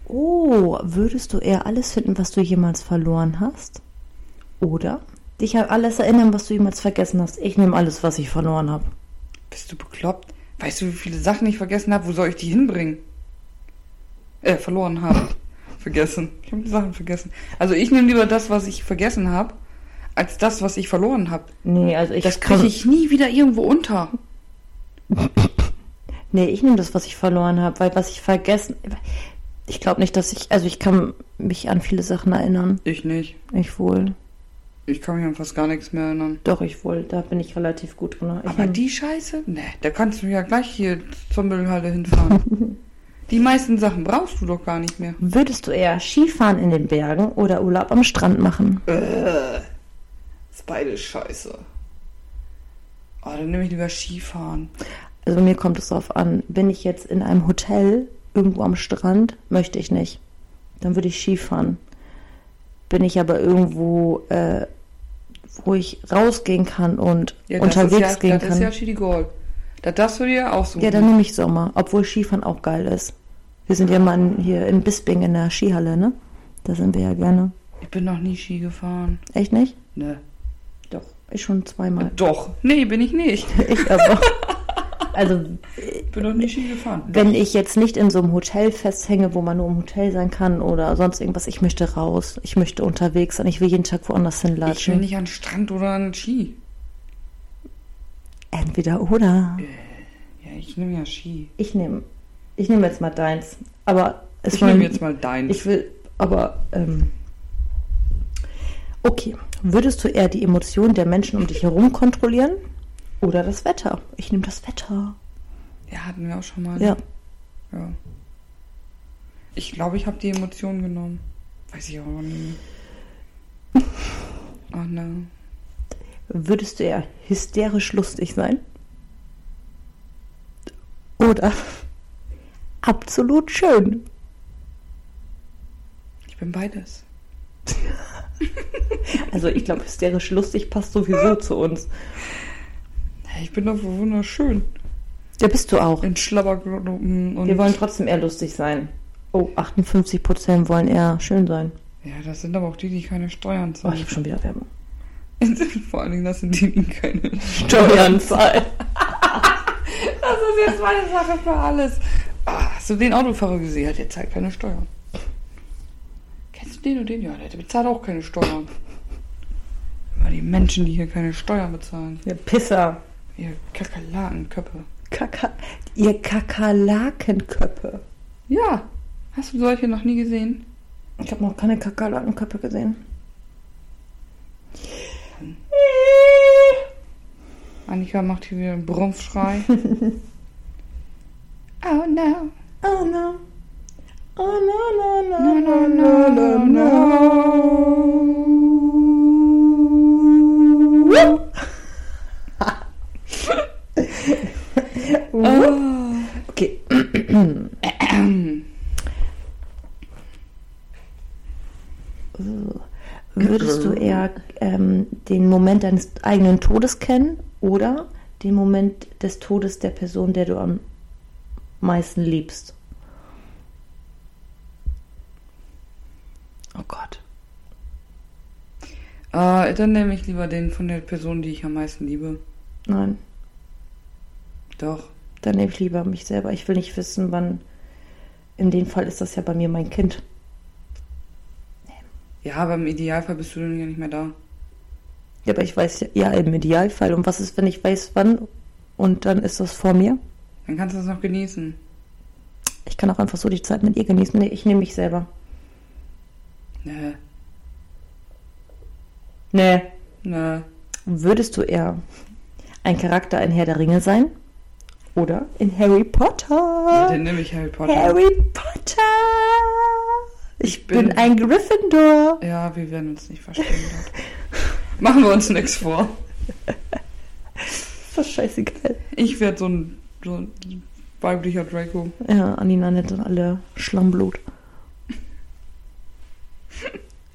Oh, würdest du eher alles finden, was du jemals verloren hast? Oder dich an alles erinnern, was du jemals vergessen hast? Ich nehme alles, was ich verloren habe. Bist du bekloppt? Weißt du, wie viele Sachen ich vergessen habe? Wo soll ich die hinbringen? Äh, verloren habe. vergessen. Ich habe die Sachen vergessen. Also ich nehme lieber das, was ich vergessen habe, als das, was ich verloren habe. Nee, also ich Das kriege ich nie wieder irgendwo unter. Nee, ich nehme das, was ich verloren habe, weil was ich vergessen. Ich glaube nicht, dass ich. Also ich kann mich an viele Sachen erinnern. Ich nicht. Ich wohl. Ich kann mich an fast gar nichts mehr erinnern. Doch, ich wohl. Da bin ich relativ gut drin. Ich Aber nehm- die Scheiße? Ne, da kannst du ja gleich hier zur Müllhalle hinfahren. die meisten Sachen brauchst du doch gar nicht mehr. Würdest du eher Skifahren in den Bergen oder Urlaub am Strand machen? ist beide scheiße. Oh, dann nehme ich lieber Skifahren. Also mir kommt es drauf an, bin ich jetzt in einem Hotel irgendwo am Strand, möchte ich nicht. Dann würde ich Skifahren. Bin ich aber irgendwo, äh, wo ich rausgehen kann und das ist unterwegs ja, gehen das kann. ist Ja, ja Chili Gold. Das darfst du dir auch so. dann nehme ich Sommer, obwohl Skifahren auch geil ist. Wir sind ja mal in, hier in Bisping in der Skihalle, ne? Da sind wir ja gerne. ich bin noch nie Ski gefahren. Echt nicht? Ne. Doch. Ich schon zweimal. Doch. Nee, bin ich nicht. ich aber. Also Ich bin noch nie Ski gefahren. wenn ich jetzt nicht in so einem Hotel festhänge, wo man nur im Hotel sein kann oder sonst irgendwas, ich möchte raus, ich möchte unterwegs sein, ich will jeden Tag woanders Ich will hinlatschen. nicht an den Strand oder an den Ski. Entweder oder. Ja, ich nehme ja Ski. Ich nehme, ich nehme jetzt mal deins. Aber es Ich wollen- nehme jetzt mal deins. Ich will, aber ähm, okay. Würdest du eher die Emotionen der Menschen um dich herum kontrollieren oder das Wetter? Ich nehme das Wetter. ja, hatten wir auch schon mal. Ja. ja. Ich glaube, ich habe die Emotionen genommen. Weiß ich auch noch nicht. Oh ne. Würdest du eher hysterisch lustig sein? Oder absolut schön? Ich bin beides. Also ich glaube, hysterisch lustig passt sowieso zu uns. Ich bin doch wunderschön. Ja, bist du auch. In Schlabbergruppen und. Wir wollen trotzdem eher lustig sein. Oh, 58% wollen eher schön sein. ja, das sind aber auch die, die keine Steuern Oh, ich zahlen. habe schon wieder Werbung. Vor allen Dingen, das sind die, die keine. Steuern zahlen. Das ist jetzt meine Sache für alles. Ah, hast du den Autofahrer gesehen? Hat der zahlt keine Steuern. Kennst du den und den? Ja, der bezahlt auch keine Steuern. Immer die Menschen, die hier keine Steuern bezahlen. Ihr Pisser. Ihr Kakerlakenköpfe. Kaka ihr Kakerlakenköpfe. Ja, hast du solche noch nie gesehen? Ich habe noch keine Kakerlakenköpfe gesehen. Annika macht hier wieder einen Brumpfschrei. oh no. Oh no. Oh no, no, No, no, no, no, no. Ah. Oh. Okay. Würdest du eher ähm, den Moment deines eigenen Todes kennen oder den Moment des Todes der Person, der du am meisten liebst? Oh Gott. Äh, dann nehme ich lieber den von der Person, die ich am meisten liebe. Nein, Doch. dann nehme ich lieber mich selber. Ich will nicht wissen, wann. In dem Fall ist das ja bei mir mein Kind. Ja, aber im Idealfall bist du dann ja nicht mehr da. Ja, aber ich weiß ja, ja im Idealfall. Und was ist, wenn ich weiß, wann und dann ist das vor mir? Dann kannst du das noch genießen. Ich kann auch einfach so die Zeit mit ihr genießen. Nee, ich nehme mich selber. Ne, Nee. ne. Würdest du eher ein Charakter in Herr der Ringe sein? Oder in Harry Potter? Ja, dann nehme ich Harry Potter. Harry Potter! Ich, Ich bin, bin- ein Gryffindor. Ja, wir werden uns nicht verstehen. dort. Machen wir uns nichts vor. Ist das scheißegal. Ich werde so ein, so ein weiblicher Draco. Ja, Anina nennt dann alle Schlammblut.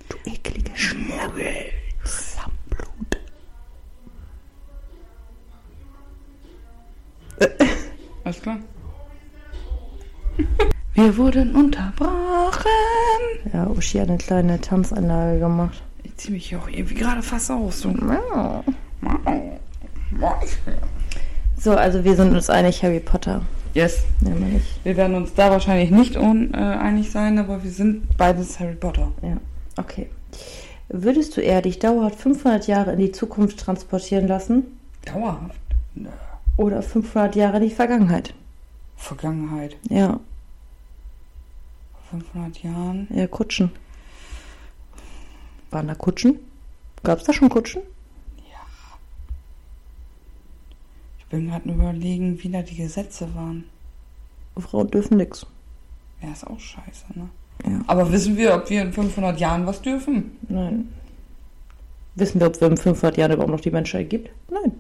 Du eklige Schmuggel. Schlammblut. Alles klar? Wir wurden unterbrochen. Ja, Uschi hat eine kleine Tanzanlage gemacht. Ich ziehe mich hier auch irgendwie gerade fast aus. So. So, also wir sind uns einig, Harry Potter. Yes. Ja, meine ich. Wir werden uns da wahrscheinlich nicht uneinig sein, aber wir sind beides Harry Potter. Ja, okay. Würdest du eher dich dauerhaft 500 Jahre in die Zukunft transportieren lassen Dauerhaft? Nö. oder 500 Jahre in die Vergangenheit? Vergangenheit. Ja, Vor 500 Jahren. ja Kutschen. Waren da Kutschen? Gab es da schon Kutschen? Ich bin gerade überlegen, wie da die Gesetze waren. Frauen dürfen nix. Ja, ist auch scheiße, ne? Ja. Aber wissen wir, ob wir in 500 Jahren was dürfen? Nein. Wissen wir, ob wir in 500 Jahren überhaupt noch die Menschheit gibt? Nein.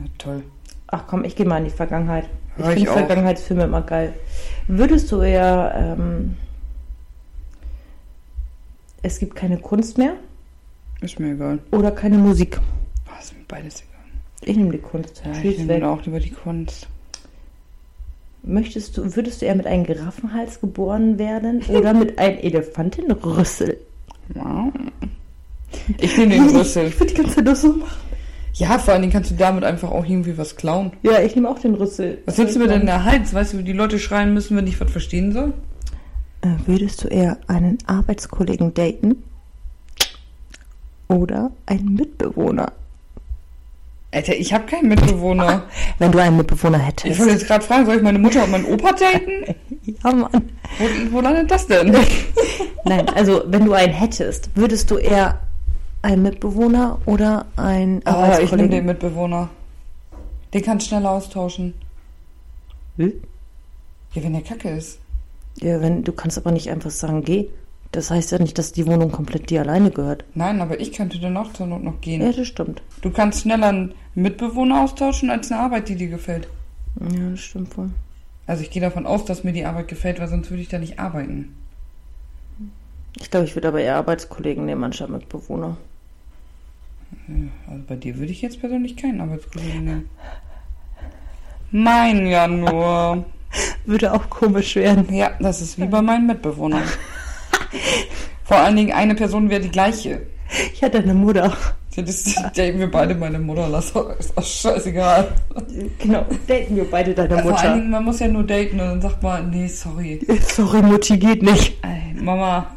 Ja, toll. Ach komm, ich gehe mal in die Vergangenheit. Ich Hör ich finde auch. Vergangenheitsfilme immer geil. Würdest du eher, ähm, es gibt keine Kunst mehr Ist mir egal. oder keine Musik? Ah, ist mir beides egal. Ich nehme die Kunst. Ja, ich Tschüss, nehme weg. dann auch lieber die Kunst. Möchtest du, würdest du eher mit einem Giraffenhals geboren werden oder mit einem Elefantenrüssel? Ja. Ich nehme den Rüssel. Ich würde die ganze Zeit das so machen. Ja, vor allen Dingen kannst du damit einfach auch irgendwie was klauen. Ja, ich nehme auch den Rüssel. Was willst du mir denn der Hals? Weißt du, wie die Leute schreien müssen, wenn ich was verstehen soll? Äh, Würdest du eher einen Arbeitskollegen daten oder einen Mitbewohner? Alter, ich habe keinen Mitbewohner. Wenn du einen Mitbewohner Ich hättest. wollte jetzt gerade fragen, soll ich meine Mutter und meinen Opa daten? Ja, Mann. Wo, wo landet das denn? Nein, also wenn du einen hättest, würdest du eher einen Mitbewohner oder einen Ah, ich nehme Arbeitskollegen? den Mitbewohner. Den kann schneller austauschen. Hm? Ja, wenn der kacke ist. ja, wenn, du kannst aber nicht einfach sagen, geh. Das heißt ja nicht, dass die Wohnung komplett dir alleine gehört. Nein, aber ich könnte dann auch zur Not noch gehen. Ja, das stimmt. Du kannst schneller einen Mitbewohner austauschen als eine Arbeit, die dir gefällt. Ja, das stimmt wohl. Also ich gehe davon aus, dass mir die Arbeit gefällt, weil sonst würde ich da nicht arbeiten. Ich glaube, ich würde aber eher Arbeitskollegen nehmen anstatt Mitbewohner. Also bei dir würde ich jetzt persönlich keinen Arbeitskollegen nennen. Mein ja nur. Würde auch komisch werden. Ja, das ist wie bei meinen Mitbewohnern. Vor allen Dingen eine Person wäre die gleiche. Ich hatte eine Mutter. Ja, Das denken wir beide meine Mutter, lass ist auch scheißegal. Genau, daten wir beide deine Vor allen Mutter. Dingen, man muss ja nur daten und dann sagt man, nee, sorry. Sorry, Mutti geht nicht. Ey, Mama,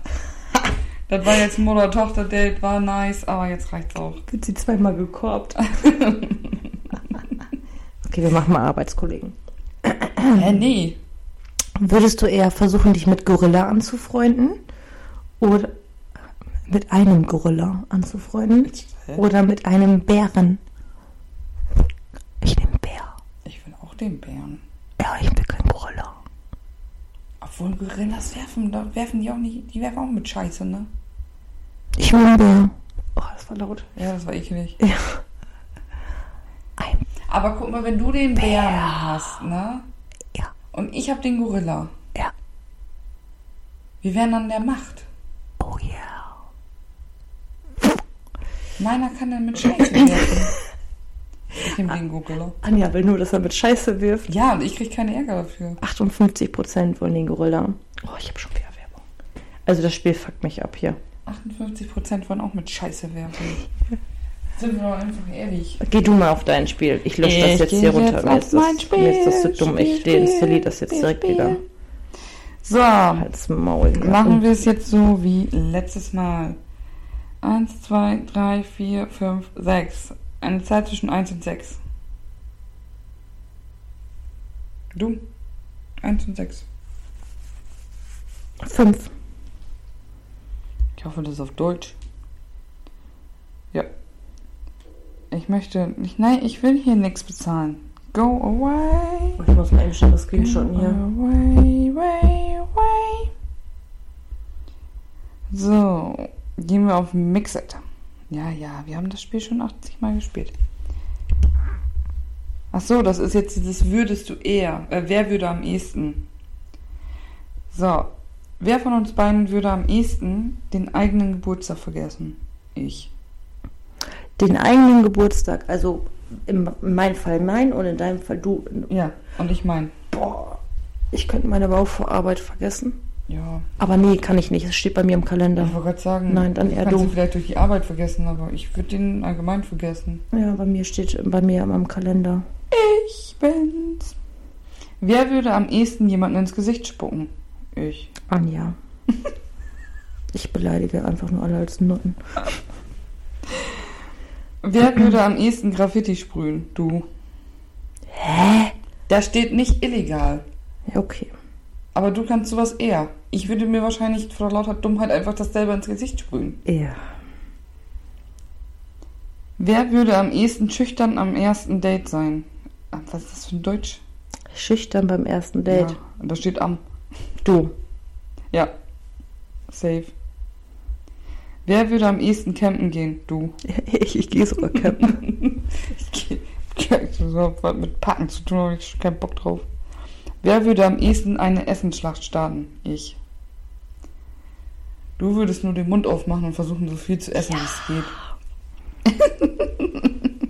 das war jetzt Mutter-Tochter-Date, war nice, aber jetzt reicht's auch. Wird sie zweimal gekorbt. okay, wir machen mal Arbeitskollegen. Hä, nee. Würdest du eher versuchen, dich mit Gorilla anzufreunden? Oder mit einem Gorilla anzufreunden? Hä? Oder mit einem Bären? Ich nehme Bär. Ich will auch den Bären. Ja, ich bin kein Gorilla. Obwohl Gorillas werfen, da werfen die auch nicht, die werfen auch mit Scheiße, ne? Ich bin Bär. Oh, das war laut. Ja, das war eklig. Ein Aber guck mal, wenn du den Bären hast, ne? Ja. Und ich hab den Gorilla. Ja. Wir wären an der Macht. Oh yeah. Meiner kann dann mit Scheiße werfen. Ich nehm den Gorilla. Anja will nur, dass er mit Scheiße wirft. Ja, und ich krieg keinen Ärger dafür. 58 Prozent wollen den Gorilla. Oh, ich habe schon wieder Werbung. Also das Spiel fuckt mich ab hier. 58% wollen auch mit Scheiße werfen. Sind wir doch einfach ehrlich. Geh du mal auf dein Spiel. Ich lösche Ich das jetzt geh hier runter. jetzt mir, auf ist mein das, mir ist das zu Spiel, dumm. ich Spiel, deinstalliere das jetzt Spiel, direkt Spiel. wieder. So, Halt's Maul. machen wir es jetzt so wie letztes Mal. 1, 2, 3, 4, 5, 6. Eine Zahl zwischen 1 und 6. Du? 1 und 6. Fünf. Ich hoffe, das ist auf Deutsch. Ja. Ich möchte nicht. Nein, ich will hier nichts bezahlen. Go away. Ich muss mal eben schon das Go Away, away, away. So, gehen wir auf Mixed. Ja, ja, wir haben das Spiel schon 80 Mal gespielt. Ach so, das ist jetzt dieses würdest du eher. Äh, wer würde am ehesten? So, wer von uns beiden würde am ehesten den eigenen Geburtstag vergessen? Ich. Den eigenen Geburtstag. Also im- in meinem Fall mein und in deinem Fall du. Ja, und ich mein. Boah. Ich könnte meine Bauchvorarbeit vergessen. Ja, Aber nee, kann ich nicht. Es steht bei mir im Kalender. ich wollte gerade sagen, Nein, dann eher kannst du du. vielleicht durch die Arbeit vergessen, aber ich würde den allgemein vergessen. Ja, bei mir steht bei mir am Kalender. Ich bin's. Wer würde am ehesten jemanden ins Gesicht spucken? Ich. Anja. Ich beleidige einfach nur alle als Nutten. Wer würde am ehesten Graffiti sprühen? Du. Hä? Da steht nicht illegal. Ja, okay. Aber du kannst sowas eher. Ich würde mir wahrscheinlich vor lauter Dummheit einfach das selber ins Gesicht sprühen. Ja. Wer würde am ehesten schüchtern am ersten Date sein? Ah, Was ist das für ein Deutsch? Schüchtern beim ersten Date. Ja, da steht am. Du. Ja. Safe. Wer würde am ehesten campen gehen? Du. Ich, ich gehe sogar campen. Das hat was mit Packen zu tun, habe ich keinen Bock drauf. Wer würde am ehesten eine Essensschlacht starten? Ich. Du würdest nur den Mund aufmachen und versuchen, so viel zu essen, wie es geht.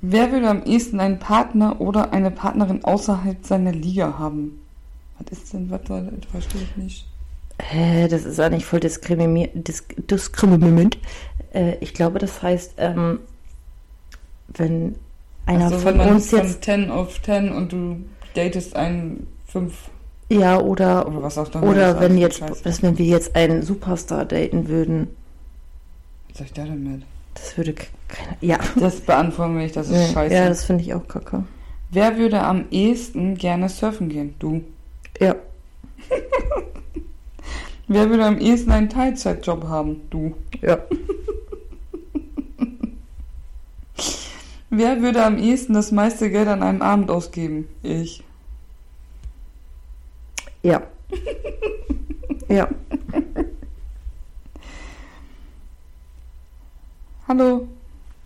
Wer würde am ehesten einen Partner oder eine Partnerin außerhalb seiner Liga haben? Was ist denn, was soll das? Verstehe ich nicht. Hä, Äh, das ist eigentlich voll diskriminier- disk- diskriminierend. Äh, ich glaube, das heißt, ähm, wenn einer also, wenn von man uns von jetzt. 10 auf 10 und du datest einen 5 Ja, oder. oder was auch immer. Oder ist, wenn alles jetzt, Scheiße. dass wenn wir jetzt einen Superstar daten würden, Was soll ich da damit? das würde ke- keiner. Ja, Das beantworten wir nicht, das ist Nee. scheiße. ja, das finde ich auch kacke. Wer würde am ehesten gerne surfen gehen? Du. Ja, Wer würde am ehesten einen Teilzeitjob haben? Du. ja. Wer würde am ehesten das meiste Geld an einem Abend ausgeben? Ich. Ja. ja. Hallo.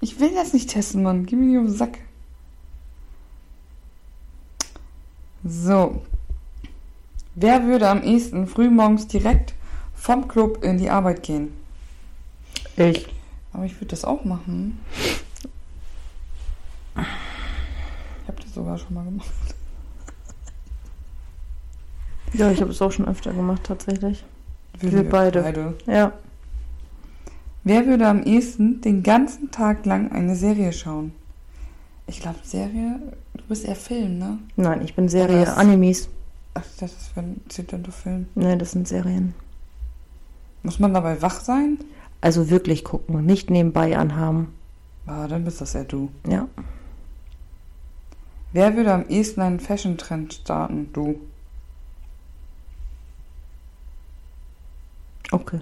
Ich will das nicht testen, Mann. Gib mir nicht auf den Sack. So. Wer würde am ehesten frühmorgens direkt vom Club in die Arbeit gehen? Ich. Aber ich würde das auch machen. Ich habe das sogar schon mal gemacht. Ja, ich habe es auch schon öfter gemacht, tatsächlich. Würden Wir beide. Ja. Wer würde am ehesten den ganzen Tag lang eine Serie schauen? Ich glaube, Serie. Du bist eher Film, ne? Nein, ich bin Serie. das- Animes. Ach, das ist wenn zählt dann doch Film. Nee, das sind Serien. Muss man dabei wach sein? Also wirklich gucken, nicht nebenbei anhaben. Ah, dann bist das ja du. Ja. Wer würde am ehesten einen Fashion-Trend starten? Du. Okay.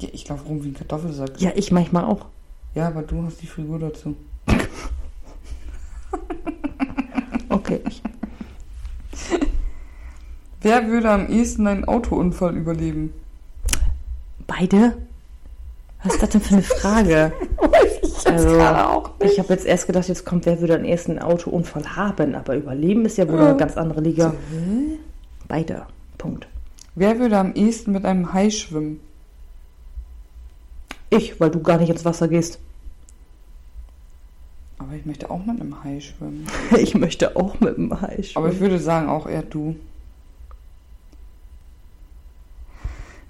Ja, ich laufe rum wie ein Kartoffelsack. Ja, ich manchmal auch. Ja, aber du hast die Figur dazu. Okay. Ich, Wer würde am ehesten einen Autounfall überleben? beide? Was ist das denn für eine Frage? Also, ich habe jetzt erst gedacht, jetzt kommt, wer würde am ersten einen Autounfall haben, aber überleben ist ja wohl eine ganz andere Liga. Beide. Punkt. Wer würde am ehesten mit einem Hai schwimmen? Ich, weil du gar nicht ins Wasser gehst. Aber ich möchte auch mit einem Hai schwimmen. Ich möchte auch mit dem Hai Aber schwimmen. ich würde sagen, auch eher du.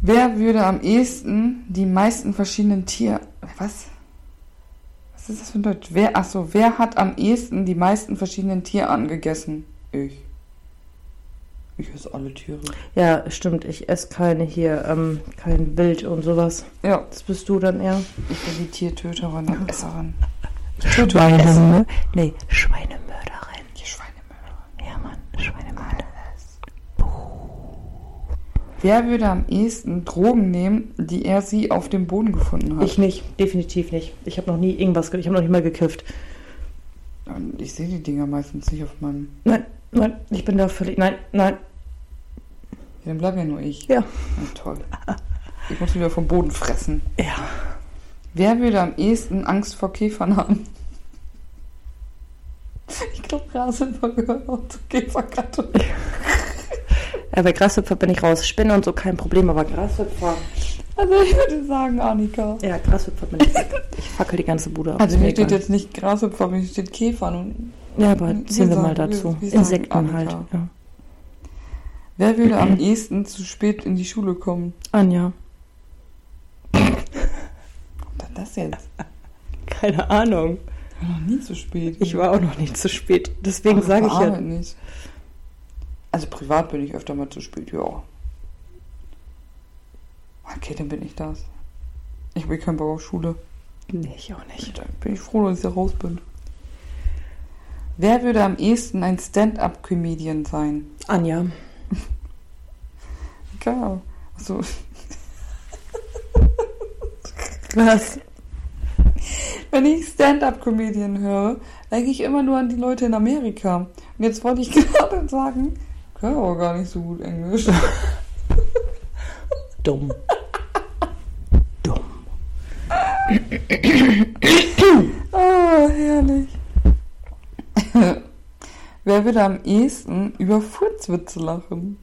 Wer würde am ehesten die meisten verschiedenen Tier... Was? Was ist das für ein Deutsch? Wer, ach so, wer hat am ehesten die meisten verschiedenen Tierarten gegessen? Ich. Ich esse alle Tiere. Ja, stimmt. Ich esse keine hier, ähm, kein Wild und sowas. Ja, Das bist du dann eher. ich bin die Tiertöterin und Esserin. Schweinemörder. Nee, Schweinemörderin. Die Schweinemörder. Ja, Mann, Schweinemörder. Wer würde am ehesten Drogen nehmen, die er sie auf dem Boden gefunden hat? Ich nicht, definitiv nicht. Ich habe noch nie irgendwas, ge- ich habe noch nicht mal gekifft. ich sehe die Dinger meistens nicht auf meinem... Nein, nein, ich bin da völlig, nein, nein. Ja, dann bleibt ja nur ich. Ja. Na toll. Ich muss wieder vom Boden fressen. Ja. Wer würde am ehesten Angst vor Käfern haben? Ich glaube, Rasenbär gehört auch zur Käfergattung. ja bei Grashüpfer bin ich raus. Spinne und so kein Problem, aber Grashüpfer. Also ich würde sagen, Annika. Ja, Grashüpfer bin ich. weg. Ich fackel die ganze Bude ab. Also Ist mir mir steht egal. jetzt nicht Grashüpfer, mir steht Käfer. Nun, ja, aber wir ziehen wir sagen- mal wir- dazu. wir sagen Insekten halt. Annika. Ja. wer würde am Mhm. ehesten zu spät in die Schule kommen? Anja. Dann das jetzt. Keine Ahnung. Ich war noch nie zu spät. Ich war auch noch nicht zu spät. Deswegen Aber sage auf ich der ja. Arbeit nicht. Also privat bin ich öfter mal zu spät, ja. Okay, dann bin ich das. Ich habe eh keinen Bock auf Schule. Nee, ich auch nicht. Dann bin ich froh, dass ich da raus bin. Wer würde am ehesten ein Stand-up-Comedian sein? Anja. Klar. Also, Was? wenn ich Stand-up-Comedian höre, denke ich immer nur an die Leute in Amerika. Und jetzt wollte ich gerade sagen, ich kann aber gar nicht so gut Englisch. Dumm. Dumm. Oh, herrlich. Wer würde am ehesten über Furzwitze lachen?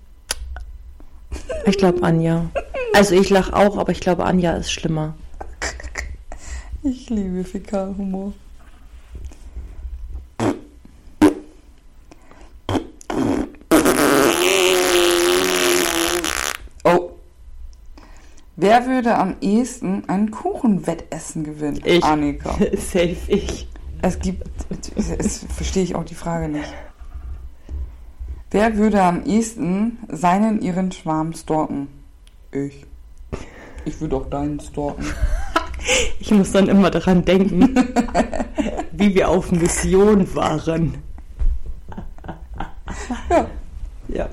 Ich glaube Anja. Also ich lache auch, aber ich glaube Anja ist schlimmer. Ich liebe Fäkalhumor. Oh. Wer würde am ehesten ein Kuchenwettessen gewinnen? Ich. Annika. Safe ich. Es gibt. Es, es verstehe ich auch die Frage nicht. Wer würde am ehesten seinen, ihren Schwarm stalken? Ich. Ich würde auch deinen stalken. Ich muss dann immer daran denken, wie wir auf Mission waren. Ja. Ja.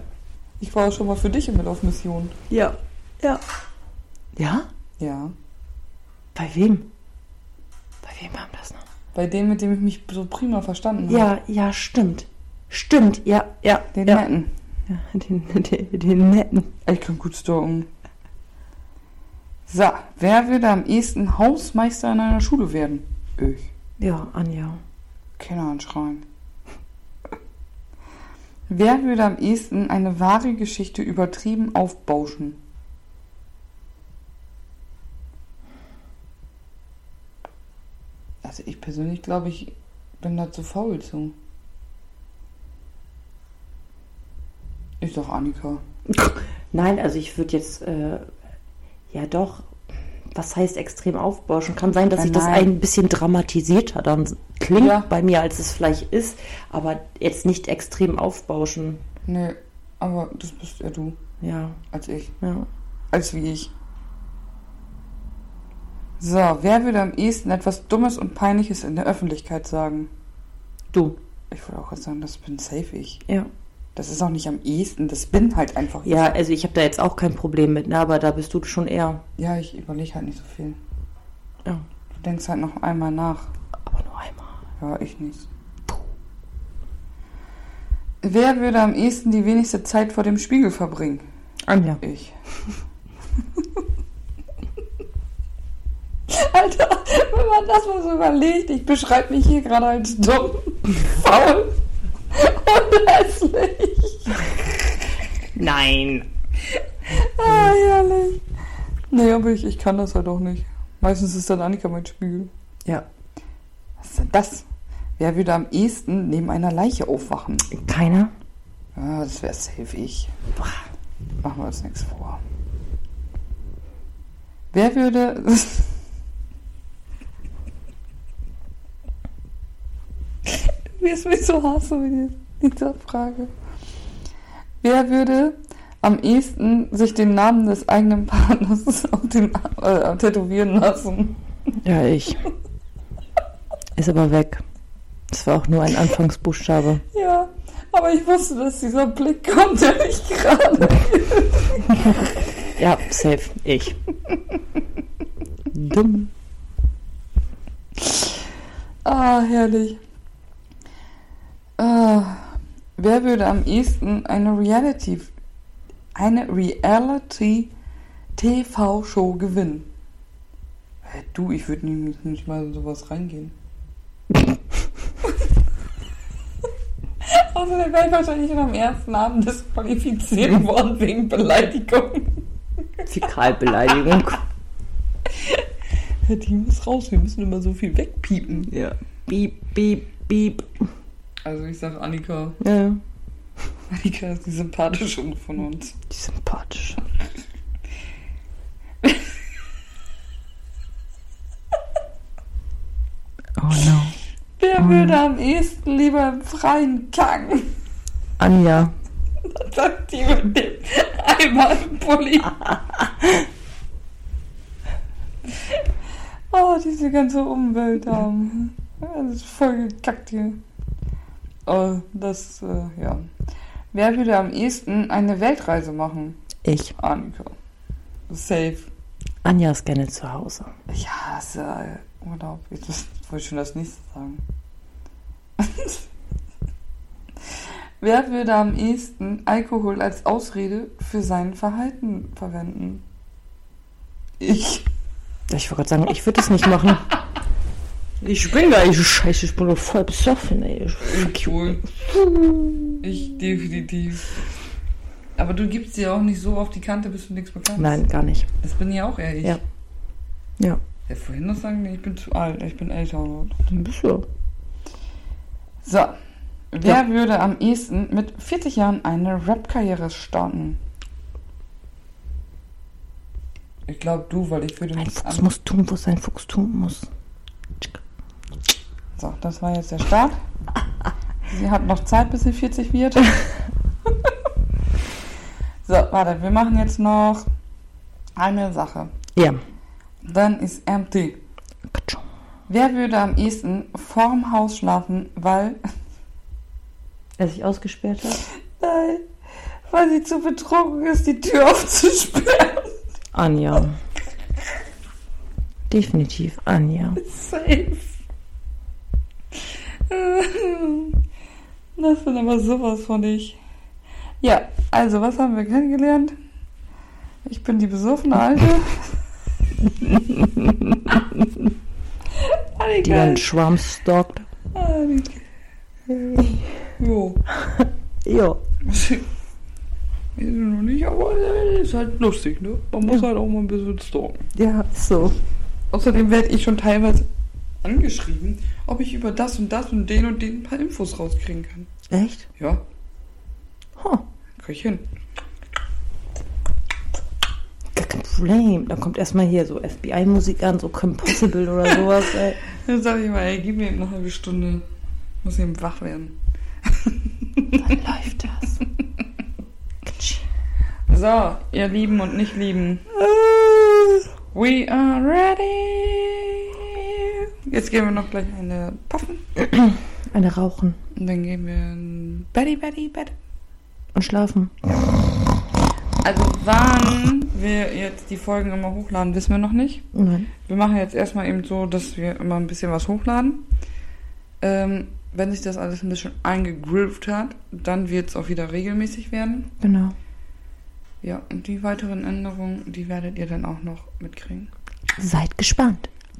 Ich war schon mal für dich mit auf Mission. Ja. Ja. Ja? Ja. Bei wem? Bei wem haben das noch? Bei dem, mit dem ich mich so prima verstanden habe. Ja, ja, stimmt. Stimmt, ja, ja. Den ja. netten. Ja, den, den, den netten. Ich kann gut stalken. So, wer würde am ehesten Hausmeister in einer Schule werden? Ich. Ja, Anja. Kinder anschreien. Wer würde am ehesten eine wahre Geschichte übertrieben aufbauschen? Also ich persönlich glaube, ich bin da zu faul zu. Ist doch Annika. Nein, also ich würde jetzt, äh, ja doch, was heißt extrem aufbauschen? Kann sein, dass Ja, ich das nein. ein bisschen dramatisierter dann klingt Ja. bei mir, als es vielleicht ist, aber jetzt nicht extrem aufbauschen. Nee, aber das bist ja du Ja, als ich. ja. Als wie ich. So, wer würde am ehesten etwas Dummes und Peinliches in der Öffentlichkeit sagen? Du, Ich würde auch gerade sagen, das bin safe ich. ja. Das ist auch nicht am ehesten, das bin halt einfach Ja, also ich habe da jetzt auch kein Problem mit, ne, aber da bist du schon eher. ich. Ja, ich überlege halt nicht so viel. Ja. Du denkst halt noch einmal nach. Aber nur einmal. Ja, ich nicht. Wer würde am ehesten die wenigste Zeit vor dem Spiegel verbringen? Anja. Ich. Alter, wenn man das mal so überlegt, ich beschreibe mich hier gerade als dumm, faul und hässlich. Nein. Ah, herrlich. Nee, aber ich, ich kann das halt auch nicht. Meistens ist dann Annika mein Spiegel. Ja. Was ist denn das? Wer würde am ehesten neben einer Leiche aufwachen? Keiner? Ja, Ah, das wäre safe ich. Machen wir uns nichts vor. Wer würde... Wie es mich so hasse mit dieser Frage. Wer würde am ehesten sich den Namen des eigenen Partners auf den Arm äh, tätowieren lassen? Ja, ich. Ist aber weg. Das war auch nur ein Anfangsbuchstabe. Ja, aber ich wusste, dass dieser Blick kommt, der ich gerade Ja, safe. Ich. Dumm. Ah, herrlich. Ah, wer würde am ehesten eine Reality eine Reality TV Show gewinnen? Hä, du, ich würde nicht, nicht mal in sowas reingehen. Außerdem wäre Also, ich wahrscheinlich schon am ersten Abend disqualifiziert worden wegen Beleidigung. Fäkalbeleidigung. Ja, die muss raus, wir müssen immer so viel wegpiepen. Ja. Beep, beep, beep. Also ich sag Annika. Ja. Annika ist die sympathische von uns. Die sympathische. Oh no. Wer würde am ehesten lieber im Freien kacken? Anja. Sagt die mit dem Eimer im Pulli. Oh, diese ganze Umwelt haben. Das ist voll gekackt hier. Oh, das, äh, ja. Wer würde am ehesten eine Weltreise machen? Ich. Annika. Safe. Anja ist gerne zu Hause. Ich hasse Urlaub. Jetzt muss- wollte ich schon das nächste sagen. Wer würde am ehesten Alkohol als Ausrede für sein Verhalten verwenden? Ich. Ich wollte gerade sagen, ich würde das nicht machen. Ich bin gar nicht so scheiße, ich bin doch voll besoffen, ey. Cool. Ich definitiv. Aber du gibst dir auch nicht so auf die Kante, bis du nichts bekommst. Nein, gar nicht. Das bin ja auch ehrlich. Ja. Ja. Ja, vorhin noch sagen, ich bin zu alt, ich bin älter. Ein bisschen. So. Wer würde am ehesten mit 40 Jahren eine Rap-Karriere starten? Ich glaube du, weil ich würde Ein mich Fuchs an... muss tun, was ein Fuchs tun muss. So, das war jetzt der Start. Sie hat noch Zeit, bis sie 40 wird. so, warte, wir machen jetzt noch eine Sache. Ja. Dann ist empty. Katschung. Wer würde am ehesten vorm Haus schlafen, weil... Er sich ausgesperrt hat? Nein, weil sie zu betrunken ist, die Tür aufzusperren. Anja. Definitiv Anja. Safe. Das bin aber sowas von ich. Ja, also, was haben wir kennengelernt? Ich bin die besoffene Alte. Die Annika. einen ist- Schwamm stalkt. Annika. Jo. Ja. Ich bin noch nicht, aber äh, ist halt lustig, ne? Man muss halt auch mal ein bisschen stalken. Ja, ist so. Außerdem werde ich schon teilweise angeschrieben, ob ich über das und das und den und den ein paar Infos rauskriegen kann. Echt? Ja, Huh. krieg ich hin. Gar kein Problem. Dann kommt erstmal hier so FBI-Musik an, so Compossible oder sowas. Ey. Dann sag ich mal, ey, gib mir eben noch eine halbe Stunde. Muss eben wach werden. Dann läuft das. So, ihr Lieben und Nicht-Lieben. Äh. We are ready. Jetzt gehen wir noch gleich eine Puffen. Eine rauchen Und dann gehen wir in Betty, Betty, Bett. und schlafen. Also wann wir jetzt die Folgen immer hochladen, wissen wir noch nicht. Nein. Wir machen jetzt erstmal eben so, dass wir immer ein bisschen was hochladen. Ähm, wenn sich das alles ein bisschen eingegroovt hat, dann wird es auch wieder regelmäßig werden. Genau. Ja, und die weiteren Änderungen, die werdet ihr dann auch noch mitkriegen. Seid gespannt.